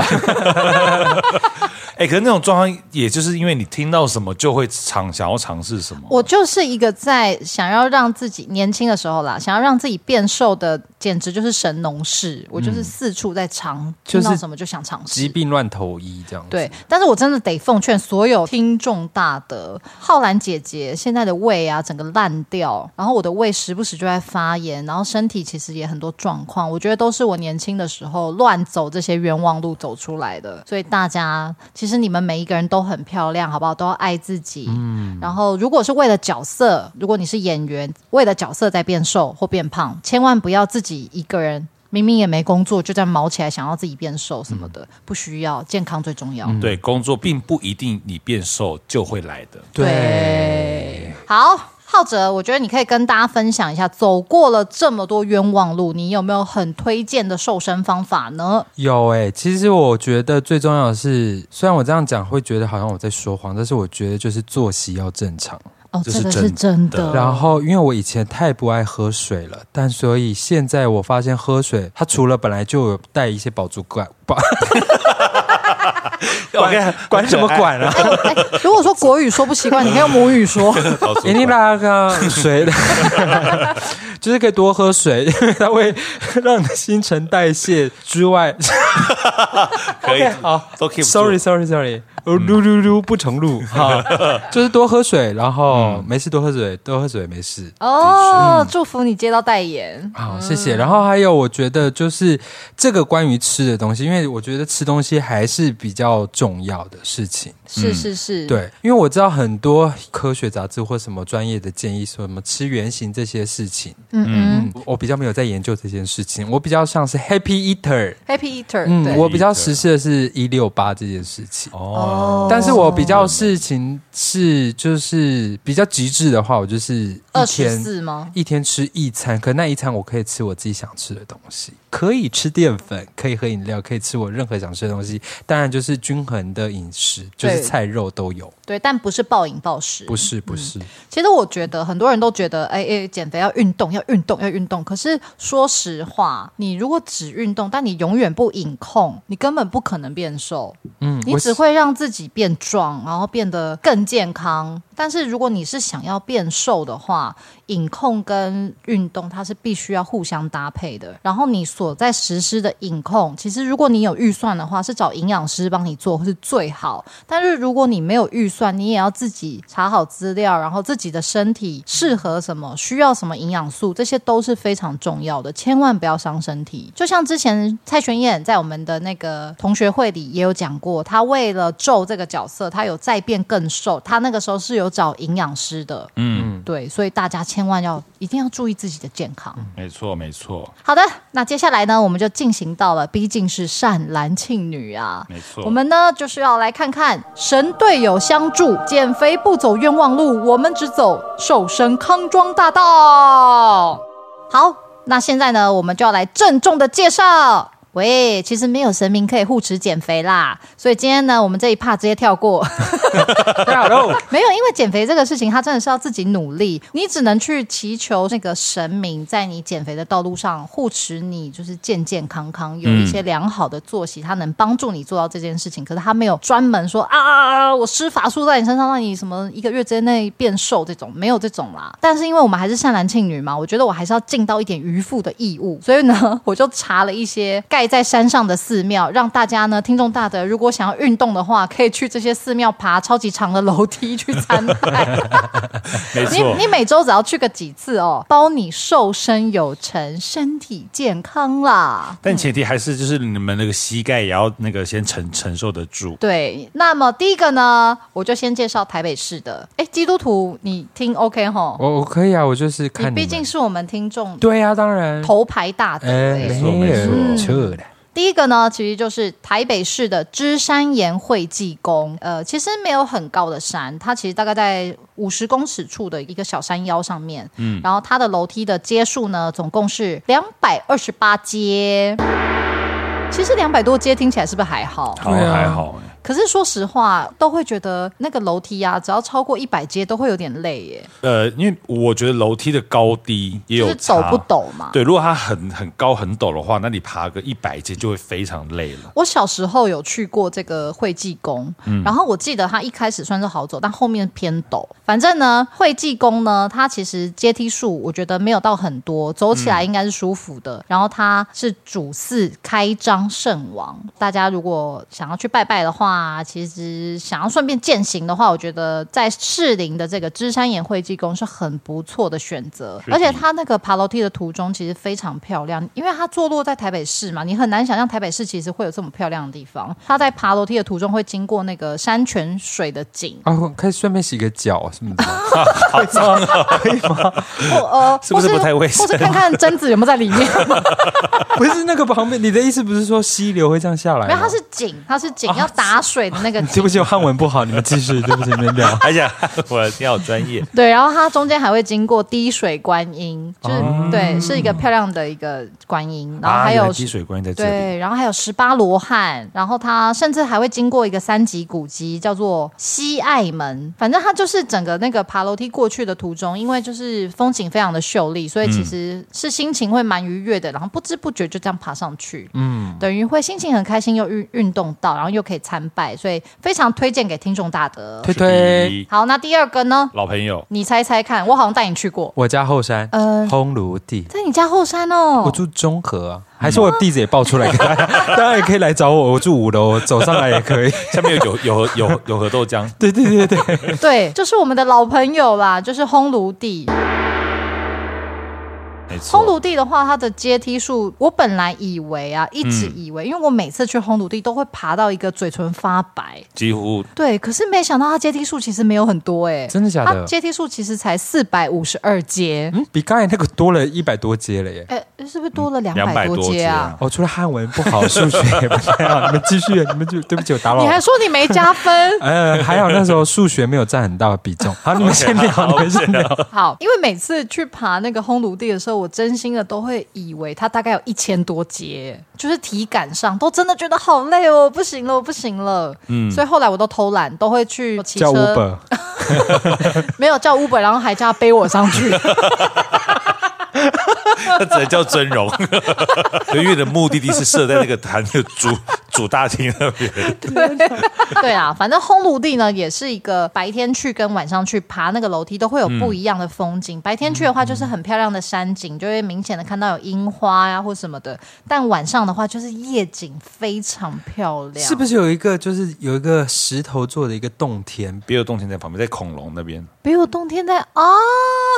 S2: 哎、可是那种状况，也就是因为你听到什么就会尝，想要尝试什么。
S3: 我就是一个在想要让自己年轻的时候啦，想要让自己变瘦的，简直就是神农氏。我就是四处在尝，
S4: 嗯就是
S3: 听到什么就想尝试。
S4: 疾病乱投医这样子。
S3: 对，但是我真的得奉劝所有听众大德，浩然姐姐现在的胃啊，整个烂掉，然后我的胃时不时就在发炎，然后身体其实也很多状况，我觉得都是我年轻的时候乱走这些冤枉路走出来的。所以大家，其实你们每一个人都很漂亮，好不好？都要爱自己。嗯。然后，如果是为了角色，如果你是演员，为了角色在变瘦或变胖，千万不要自己一个人。明明也没工作，就这样毛起来，想要自己变瘦什么的，不需要，健康最重要。
S2: 对工作并不一定你变瘦就会来 的。
S3: 对，好。浩哲，我觉得你可以跟大家分享一下，走过了这么多冤枉路，你有没有很推荐的瘦身方法呢？
S4: 有诶、其实我觉得最重要的是，虽然我这样讲会觉得好像我在说谎，但是我觉得就是作息要正常。
S3: 哦，
S2: 这
S3: 这
S2: 是
S3: 个是
S2: 真
S3: 真的。
S4: 然后，因为我以前太不爱喝水了，但所以现在我发现喝水，它除了本来就有带一些饱足感，饱
S2: 我跟
S4: 管什么？ 管啊？
S3: 哎，如果说国语说不习惯，你可以用母语 说。
S4: 一定拉个 水 的，就是可以多喝水，因为它会让你的新陈代谢之外。
S2: 可以
S4: 好
S2: 都 keep 住嗯
S4: Sorry, sorry, sorry，噜噜噜不成路 哈，就是多喝水，然后没事多喝水，多喝水没事。
S3: 哦，祝福你接到代言。
S4: 好，谢谢。然后还有，我觉得就是这个关于吃的东西，因为我觉得吃东西还是比较重要的事情。
S3: 是是是，，
S4: 嗯对，因为我知道很多科学杂志或什么专业的建议，说什么吃原型这些事情，
S3: 嗯嗯
S4: 嗯，我比较没有在研究这件事情，我比较像是 Happy Eater，
S3: ，Happy Eater，
S4: 嗯，
S3: 对
S4: 我比较实施的是一六八这件事情。
S2: 哦，
S4: 但是我比较事情是就是比较极致的话，我就是一
S3: 二十
S4: 天
S3: 四吗？
S4: 一天吃一餐，可那一餐我可以吃我自己想吃的东西，可以吃淀粉，可以喝饮料，可以吃我任何想吃的东西。当然就是均衡的饮食，就
S3: 对
S4: 是菜肉都有，
S3: 对，但不是暴饮暴食，
S4: 不是不是。
S3: 其实我觉得很多人都觉得，哎哎，减肥要运动，要运动，要运动。可是说实话，你如果只运动，但你永远不饮控，你根本不可能变瘦，
S4: 嗯，
S3: 你
S4: 我
S3: 只会让自己变壮，然后变得更健康。但是如果你是想要变瘦的话，饮控跟运动它是必须要互相搭配的。然后你所在实施的饮控，其实如果你有预算的话，是找营养师帮你做是最好。但是如果你没有预算，你也要自己查好资料，然后自己的身体适合什么，需要什么营养素，这些都是非常重要的，千万不要伤身体。就像之前蔡玄燕在我们的那个同学会里也有讲过，她为了咒这个角色，她有再变更瘦，她那个时候是有找营养师的，嗯，对，所以大家千万要一定要注意自己的健康。
S2: 没错没错，
S3: 好的，那接下来呢，我们就进行到了，毕竟是善男信女啊，
S2: 没错
S3: 我们呢就是要来看看神队友相助，减肥不走冤枉路，我们只走瘦身康庄大道。好，那现在呢，我们就要来郑重的介绍。喂，其实没有神明可以护持减肥啦，所以今天呢，我们这一趴直接跳过。
S4: 大肉
S3: 没有，因为减肥这个事情，它真的是要自己努力，你只能去祈求那个神明在你减肥的道路上护持你，就是健健康康，有一些良好的作息，它能帮助你做到这件事情。可是他没有专门说啊啊啊，我施法术在你身上，让你什么一个月之内变瘦这种，没有这种啦。但是因为我们还是善男信女嘛，我觉得我还是要尽到一点渔夫的义务，所以呢，我就查了一些盖在山上的寺庙，让大家呢，听众大德如果想要运动的话，可以去这些寺庙爬超级长的楼梯去参拜。
S2: 没
S3: 你
S2: 错
S3: 你。每周只要去个几次哦，包你瘦身有成，身体健康啦。
S2: 但前提还是就是你们那个膝盖也要那个先承承受得住。
S3: 对，那么第一个呢，我就先介绍台北市的。哎，基督徒，你听 OK 吼？
S4: 我我可以啊，我就是
S3: 你
S4: 看
S3: 毕
S4: 们
S3: 竟是我们听众
S4: 对啊，当然
S3: 头牌大的、
S4: 哎，
S3: 欸。
S2: 错
S4: 没有
S2: 没
S4: 错的。
S3: 第一个呢，其实就是台北市的芝山岩会济宫。呃，其实没有很高的山，它其实大概在五十公尺处的一个小山腰上面。嗯，然后它的楼梯的阶数呢，总共是两百二十八阶。其实两百多阶听起来是不是还好？
S2: 好
S4: 对啊，
S2: 还好哎，
S3: 可是说实话，都会觉得那个楼梯啊，只要超过一百阶都会有点累耶，
S2: 呃，因为我觉得楼梯的高低也
S3: 就
S2: 有
S3: 是走
S2: 差
S3: 不。啊陡嘛。
S2: 对，如果它很很高很陡的话，那你爬个一百阶就会非常累了。
S3: 我小时候有去过这个会济宫，然后我记得它一开始算是好走，但后面偏陡。反正呢，会济宫呢，它其实阶梯数我觉得没有到很多，走起来应该是舒服的。然后它是主祀开张圣王，大家如果想要去拜拜的话，其实想要顺便践行的话，我觉得在士林的这个芝山岩会济宫是很不错的选择，
S2: 是的
S3: 而且它。它那个爬楼梯的途中其实非常漂亮，因为它坐落在台北市嘛，你很难想象台北市其实会有这么漂亮的地方。它在爬楼梯的途中会经过那个山泉水的景
S4: 啊，我可以顺便洗个脚什 么的。
S3: 或呃，
S2: 是不是
S3: 或
S2: 不太卫生
S3: 或是看看贞子有没有 在里面。
S4: 不是那个旁边，你的意思不是说溪流会这样下来
S3: 没
S4: 吗？
S3: 有，它是井，它是井，要打水的 那个
S4: 对
S3: 井
S4: 不。起，我汉文不好，你们继续，对不起，没 聊。
S2: 而且 我要有专业，
S3: 对，然后它中间还会经过滴水观音，就是、对，是一个漂亮的一个观音，然后还有、
S2: 哦啊原来滴水观音在这里。
S3: 对，然后还有十八罗汉，然后它甚至还会经过一个三级古迹，叫做西爱门。反正它就是整个那个爬楼梯过去的途中，因为就是风景非常的秀丽，所以其实是心情会蛮愉悦的。然后不知不觉就这样爬上去，嗯，等于会心情很开心，又运运动到，然后又可以参拜，所以非常推荐给听众大德。
S4: 推
S2: 对，
S4: 推，
S3: 好，那第二个呢？
S2: 老朋友，
S3: 你猜猜看，我好像带你去过，
S4: 我家后山，
S3: 呃
S4: 烘炉地，
S3: 在你家后山哦。嗯
S4: 我住中和啊，还是我地址也报 出来 给大家，大家也可以来找我，我住五楼，走上来也可以。
S2: 下面有有有有有河豆浆，
S4: 对对对对，
S3: 对，就是我们的老朋友啦，就是烘炉地。
S2: 没
S3: 烘
S2: 错，
S3: 炉地的话，它的阶梯数，我本来以为啊，一直以为，因为我每次去烘炉地都会爬到一个嘴唇发白，
S2: 几乎
S3: 对，可是没想到它阶梯数其实没有很多哎、
S4: 真的假
S3: 它
S4: 的？
S3: 阶梯数其实才四百五十二阶，
S4: 嗯，比刚才那个多了一百多阶了耶。
S3: 哎、是不是多了两
S2: 两
S3: 百
S2: 百多
S3: 阶啊？
S2: 啊。
S4: 哦，除了汉文不好，数学也不太 好，你们继续，你们就对不起，我打扰
S3: 你
S4: 了
S3: 还。说你没加分？
S4: 呃，还好那时候数学没有占很大的比 重。哦好，你们先聊，你们先聊。
S3: 好，因为每次去爬那个烘炉地的时候，我真心的都会以为它大概有一千多节，就是体感上都真的觉得好累哦，不行了，我不行了。嗯，所以后来我都偷懒，都会去骑
S4: 叫
S3: 车，
S4: Uber，
S3: 没有叫 Uber，然后还叫他背我上去。
S2: 那只能叫尊荣，因为你的目的地是设在那个坛的主主大厅那边。
S3: 对啊，反正烘炉地呢也是一个白天去跟晚上去爬那个楼梯都会有不一样的风景。白天去的话就是很漂亮的山景，就会明显的看到有樱花呀、或什么的；但晚上的话就是夜景非常漂亮，
S4: 是不是有一个就是有一个石头做的一个洞天？
S2: 比尔洞天在旁边，在恐龙那边，
S3: 比我冬天在啊，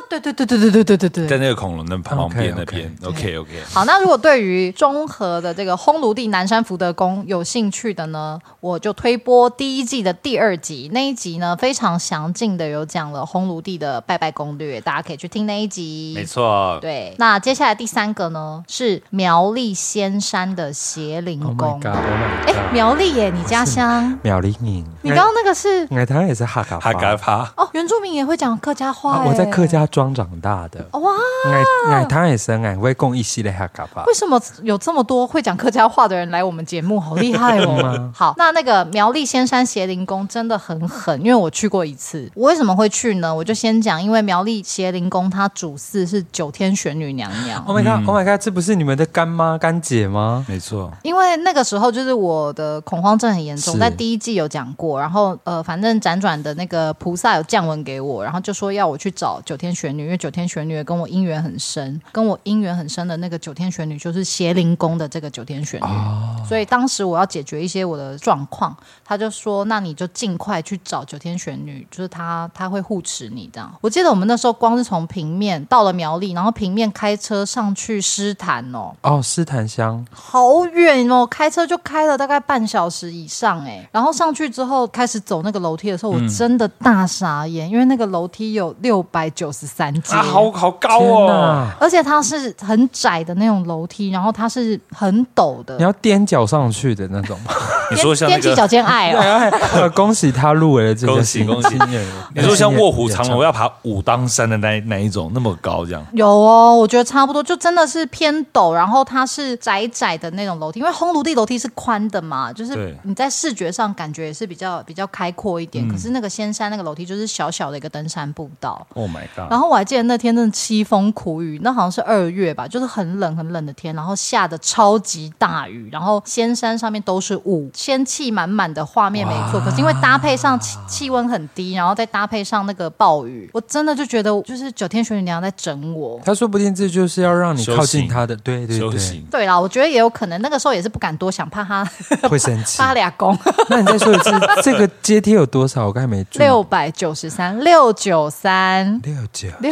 S3: 对对对对对对对对
S2: 在
S3: 对。
S2: 那个恐龙的旁边
S4: OK，OK，
S2: 那边。OK OK，
S3: 好，那如果对于中和的这个烘炉地南山福德宫有兴趣的呢，我就推播第一季的第二集。那一集呢非常详尽的有讲了烘炉地的拜拜攻略，大家可以去听那一集。
S2: 没错。
S3: 对，那接下来第三个呢是苗栗仙山的邪灵
S4: Oh
S3: 宫
S4: my。god！Oh my
S3: 哎、
S4: god！
S3: 苗栗耶，你家乡？
S4: 苗栗影，
S3: 你刚刚那个是
S4: 我当然哎也是哈嘎
S2: 哈嘎
S4: 嘎。
S2: 趴，
S3: 哦，原住民也会讲客家话、
S4: 啊
S3: 耶
S4: 我在客。家庄长大的，
S3: 哇，
S4: 我我当然也是我会供一系列哈嘎巴
S3: 为。什么有这么多会讲客家话的人来我们节目？好厉害哦！好，那那个苗栗仙山邪灵宫真的很狠，因为我去过一次。我为什么会去呢？我就先讲，因为苗栗邪灵宫它主祀是九天玄女娘娘。
S4: Oh my god！Oh my god！这不是你们的干妈干姐吗？
S2: 没错。
S3: 因为那个时候就是我的恐慌症很严重，
S4: 是
S3: 在第一季有讲过，然后呃，反正辗转的那个菩萨有降文给我，然后就说要我去找九天玄女，因为九天玄女跟我姻缘很深，跟我姻缘很深的那个九天玄女就是邪灵宫的这个九天玄女，所以当时我要解决一些我的状况，他就说那你就尽快去找九天玄女，就是她她会护持你这样。我记得我们那时候光是从平面到了苗栗，然后平面开车上去诗坛哦，
S4: 哦，斯坦香，
S3: 好远哦，开车就开了大概半小时以上哎。然后上去之后开始走那个楼梯的
S2: 嗯
S3: 时候，我真的大傻眼，因为那个楼梯有六百九十三阶。
S2: 啊，好好高
S4: 天
S2: 哦！
S4: 哪！
S3: 而且它是很窄的那种楼梯，然后它是很陡的
S4: 你，要踮脚上去的那种吗？
S2: 你说像那
S3: 踮起
S2: 个，
S3: 脚尖爱 哦，
S4: 哎呃恭喜他入围了这
S2: 恭
S4: 个
S2: 喜
S4: 新
S2: 恭喜
S4: 新人，
S2: 你说像卧虎藏
S4: 新人
S2: 龙要爬武当山的那那一种那么高这样？
S3: 有哦，我觉得差不多，就真的是偏陡，然后它是窄窄的那种楼梯，因为烘炉地楼梯是宽的嘛，就是
S2: 对嗯
S3: 你在视觉上感觉也是比较比较开阔一点，可是那个仙山那个楼梯就是小小的一个登山步道。
S2: Oh my god！
S3: 然后我还记得那天真的凄风苦雨，那好像是二月吧，就是很冷很冷的天，然后下的超级大雨，然后仙山上面都是雾，仙气满满的画面没错，可是因为搭配上气气温很低，然后再搭配上那个暴雨，我真的就觉得就是九天玄女娘在整我。
S4: 他说不定这就是要让你
S2: 修
S4: 靠近
S2: 行
S4: 他的，对对
S2: 修
S4: 对，
S2: 行
S3: 对啦，我觉得也有可能，那个时候也是不敢多想，怕他
S4: 会生气
S3: 怕。他俩公
S4: 那你再说一 次，这个阶梯有多少？我刚才没注意。
S3: 六百九十三六九三
S4: 六九，
S3: 六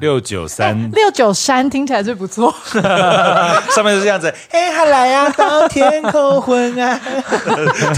S2: 六九三啊
S3: 六九三听起来是不错。哎
S2: 上面是这样子，
S1: 哎，他来啊，到天空昏 暗。
S2: 啊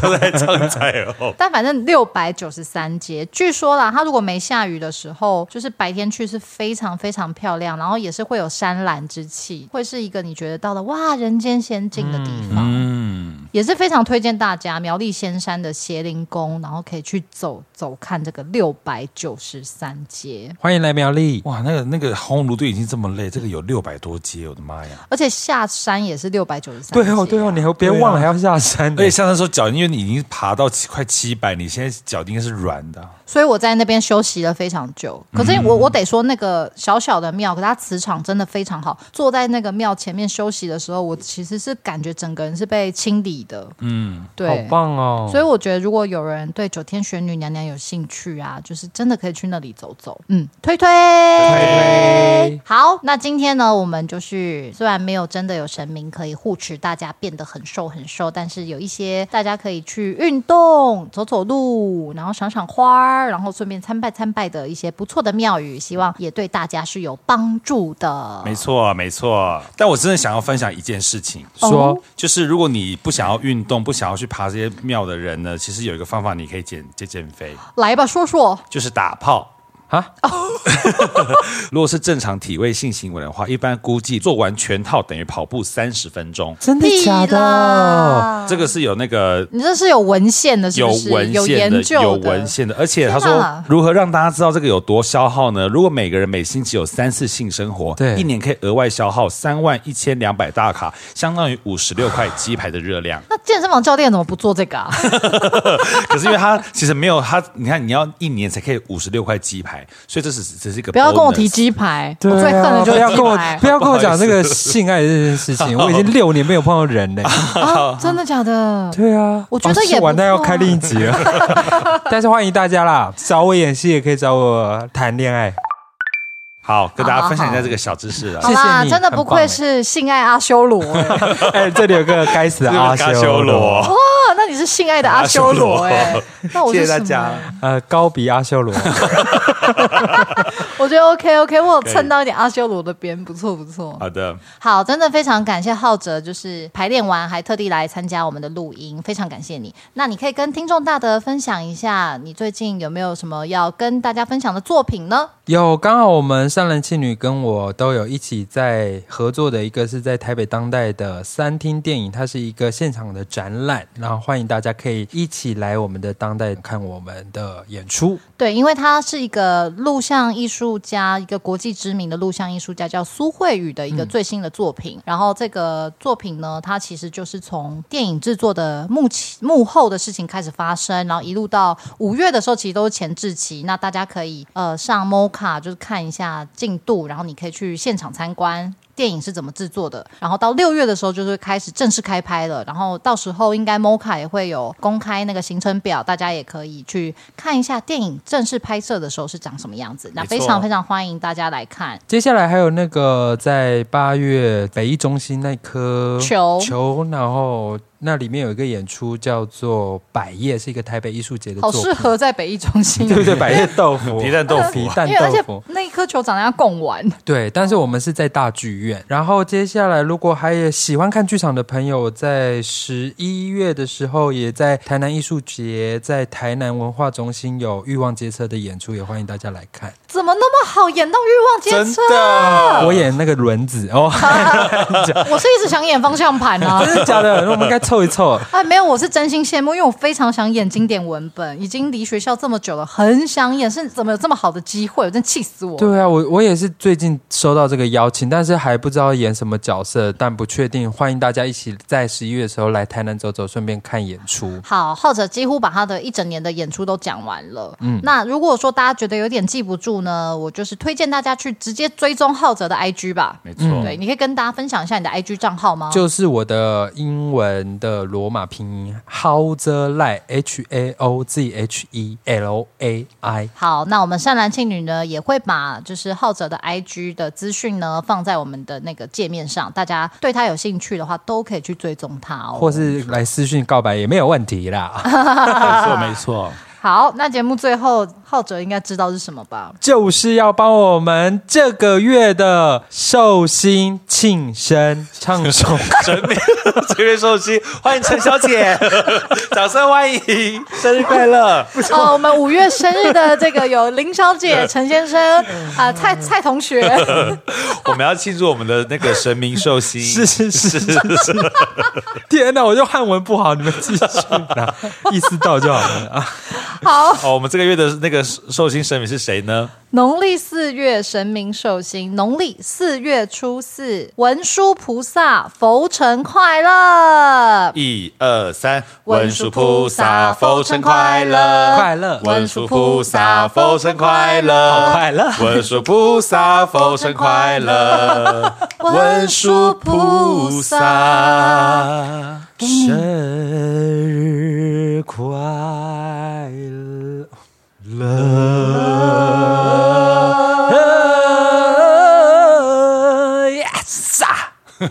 S2: 都在唱菜哦。
S3: 但反正六百九十三阶，据说啦，它如果没下雨的时候，就是白天去是非常非常漂亮，然后也是会有山岚之气，会是一个你觉得到了哇人间仙境的地方，
S2: 嗯，
S3: 也是非常推荐大家苗栗仙山的邪灵宫，然后可以去走走看这个六百九十三阶，
S4: 欢迎来苗栗。
S3: 啊
S2: 哇，那个那个烘炉都已经这么累，这个有六百多阶，我的妈呀！
S3: 而且下山也是六百九十三。
S4: 对哦，对哦，你还别忘了还要下山
S2: 而
S4: 呢
S2: 且。像那时候脚，因为你已经爬到七快七百，你现在脚应该是软的啊。
S3: 所以我在那边休息了非常久。可是我我得说，那个小小的庙，可它磁场真的非常好。坐在那个庙前面休息的时候，我其实是感觉整个人是被清理的。嗯，
S4: 好
S3: 对。
S4: 棒哦！
S3: 所以我觉得，如果有人对九天玄女娘娘有兴趣啊，就是真的可以去那里走走。嗯，推推。
S4: 推
S3: 好，那今天呢，我们就是虽然没有真的有神明可以护持大家变得很瘦很瘦，但是有一些大家可以去运动、走走路，然后赏赏花儿，然后顺便参拜参拜的一些不错的庙宇，希望也对大家是有帮助的。
S2: 没错，没错。但我真的想要分享一件事情，
S3: 哦
S4: 说
S2: 就是如果你不想要运动、不想要去爬这些庙的人呢，其实有一个方法，你可以减减减肥，
S3: 来吧，说说
S2: 就是打炮。
S4: 啊，
S3: 哦
S2: 如果是正常体位性行为的话，一般估计做完全套等于跑步三十分钟。
S4: 真的假
S3: 屁
S4: 的？
S3: 啦
S2: 这个是有那个
S3: 你这是有文献的，是
S2: 有
S3: 不是？
S2: 文
S3: 有
S2: 献的
S3: 研，究
S2: 文献的，而且他
S3: 天
S2: 说
S3: 哪。
S2: 如何让大家知道这个有多消耗呢？如果每个人每星期有三次性生活，
S4: 对
S2: 一年可以额外消耗三万一千两百大卡，相当于五十六块鸡排的热量
S3: 那健身房教练怎么不做这个啊？
S2: 可是因为他其实没有他，你看你要一年才可以五十六块鸡排，排，所以这只是只是一个。
S3: 不要跟我提，鸡排，
S4: 对啊
S3: 我最恨的就
S4: 不
S3: 是
S4: 要
S3: 鸡
S4: 跟我
S3: 排
S4: 不要跟我讲那个性爱的这件事情，我已经六年没有碰到人嘞。
S3: 啊！真的假的？
S4: 对啊，
S3: 我觉得
S4: 哦
S3: 也
S4: 是完
S3: 不
S4: 蛋
S3: 错
S4: 要
S3: 啊
S4: 开另一集了。 但是欢迎大家啦，找我演戏也可以找我谈恋爱。
S2: 好跟大
S3: 好
S2: 家
S3: 好
S2: 分享一下这个小知识啦啊
S4: 好。
S3: 好啦，
S4: 谢谢你
S3: 真的
S4: 很
S3: 不
S4: 棒
S3: 愧
S4: 哎
S3: 是性爱阿修罗哎、
S4: 哎、这里有个该死的阿
S2: 阿
S4: 修
S2: 修
S4: 罗，
S2: 罗，
S3: 啊那你是性爱的阿修罗哎、那我
S2: 谢
S3: 是
S2: 谢
S3: 什
S2: 大
S3: 么？
S2: 家。
S4: 呃，高比阿修罗，
S3: 我觉得 OK OK，我有
S2: 可以
S3: 蹭到一点阿修罗的边，不错不错。
S2: 好的，
S3: 好，真的非常感谢浩哲，就是排练完还特地来参加我们的录音，非常感谢你。那你可以跟听众大德分享一下，你最近有没有什么要跟大家分享的作品呢？
S4: 有刚好我们三人庆女跟我都有一起在合作的，一个是在台北当代的三厅电影，它是一个现场的展览，然后欢迎大家可以一起来我们的当代看我们的演出。
S3: 对，因为他是一个录像艺术家，一个国际知名的录像艺术家，叫苏慧宇的一个最新的作品。然后这个作品呢，它其实就是从电影制作的幕前幕后的事情开始发生，然后一路到五月的时候，其实都是前置期。那大家可以呃上 Moca 就是看一下进度，然后你可以去现场参观。电影是怎么制作的，然后到六月的时候就是开始正式开拍了，然后到时候应该 Moca 也会有公开那个行程表，大家也可以去看一下电影正式拍摄的时候是长什么样子。那
S2: 没
S3: 非
S2: 错
S3: 常非常欢迎大家来看。
S4: 接下来还有那个在八月北艺中心那颗
S3: 球
S4: 球，然后那里面有一个演出叫做《百叶》，是一个台北艺术节的
S3: 好
S4: 作品，
S3: 适合在北艺中心，
S4: 对不对？百叶豆 腐、
S2: 皮蛋豆腐啊
S4: 皮蛋
S3: 因为而且
S4: 豆腐，
S3: 那一颗球长得要贡丸，
S4: 对。但是我们是在大剧院。然后接下来，如果还有喜欢看剧场的朋友，在十一月的时候，也在台南艺术节，在台南文化中心有《欲望街车》的演出，也欢迎大家来看。
S3: 怎么那么好演到欲望街
S2: 真
S3: 车？啊
S2: 的，
S4: 我演那个轮子哦，
S3: 我是一直想演方向盘啊。
S4: 真的假的？那我们应该凑一凑。
S3: 哎，没有，我是真心羡慕，因为我非常想演经典文本，已经离学校这么久了，很想演，是怎么有这么好的机会？我真气死我！
S4: 对啊，我我也是最近收到这个邀请，但是还不知道演什么角色，但不确定。欢迎大家一起在十一月的时候来台南走走，顺便看演出。
S3: 好，浩哲几乎把他的一整年的演出都讲完了。嗯，那如果说大家觉得有点记不住呢，我就是推荐大家去直接追踪浩哲的 IG 吧。嗯
S2: 没错，
S3: 对，你可以跟大家分享一下你的 IG 账号吗？
S4: 就是我的英文的罗马拼音 Howzerlai H A O Z H E L A I。
S3: 好，那我们善男信女呢也会把就是浩哲的 IG 的资讯呢放在我们的那个界面上，大家对他有兴趣的话都可以去追踪他哦。
S4: 或是来私讯告白也没有问题啦，
S2: 没错，没错。
S3: 好，那节目最后浩哲应该知道是什么吧？
S4: 就是要帮我们这个月的寿星庆生唱首
S2: 准备这位寿星，欢迎陈小姐， 掌声欢迎，生日快乐！
S3: 哦，我们五月生日的这个有林小姐、陈先生啊、蔡蔡同学。
S2: 我们要庆祝我们的那个神明寿星，
S4: 是是是是是，天哪！我就汉文不好，你们继续啦，意思到就好了啊。
S3: 好，
S2: 哦。我们这个月的那个寿星神明是谁呢？
S3: 农历四月神明寿星，农历四月初四，文殊菩萨佛成快乐。
S2: 一二三，
S3: 文殊菩萨佛成快乐，
S4: 快乐
S2: 文殊菩萨佛成快乐，
S4: 快乐
S2: 文殊菩萨佛成快乐，文殊菩萨。
S4: 生日快乐！Yes 啊！
S2: 好，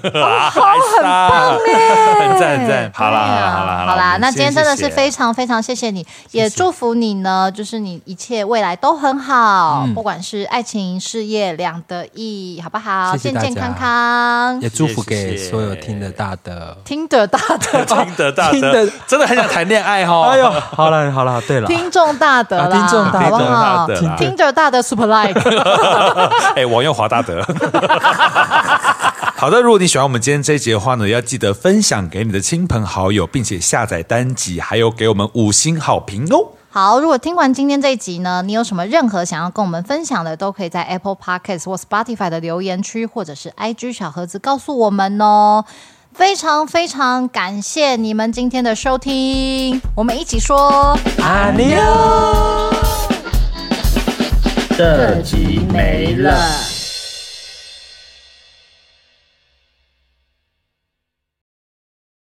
S2: 很棒哎，很赞很赞。好啦
S3: 对啊
S2: 好啦好啦
S3: 欸好啦，那今天真的是非
S2: 常
S3: 常非常谢谢你，也祝福你呢，就是你一切未来都很好，
S2: 嗯
S3: 不管是爱情、事业两得意，好不好？
S4: 谢谢
S3: 健
S4: 大家
S3: 健康康
S4: 也，祝福
S2: 谢
S4: 给
S2: 谢
S4: 所有听得大的。
S3: 听得大 德，
S2: 听得大
S4: 听得
S2: 的，真的很想谈恋爱哈。
S4: 哎呦，好了好了，对了，
S3: 听众大德啦，
S4: 啊听众大德
S3: 好不
S2: 听众大
S3: 好
S2: 德啦？
S3: 听得大德 super like，
S2: 哎，王佑华大德。好的，如果你喜欢我们今天这一集的话呢，要记得分享给你的亲朋好友，并且下载单集，还有给我们五星好评哦。
S3: 好，如果听完今天这一集呢，你有什么任何想要跟我们分享的，都可以在 Apple Podcast 或 Spotify 的留言区，或者是 IG 小盒子告诉我们哦。非常非常感谢你们今天的收听，我们一起说。
S4: 阿牛。
S5: 这集没了。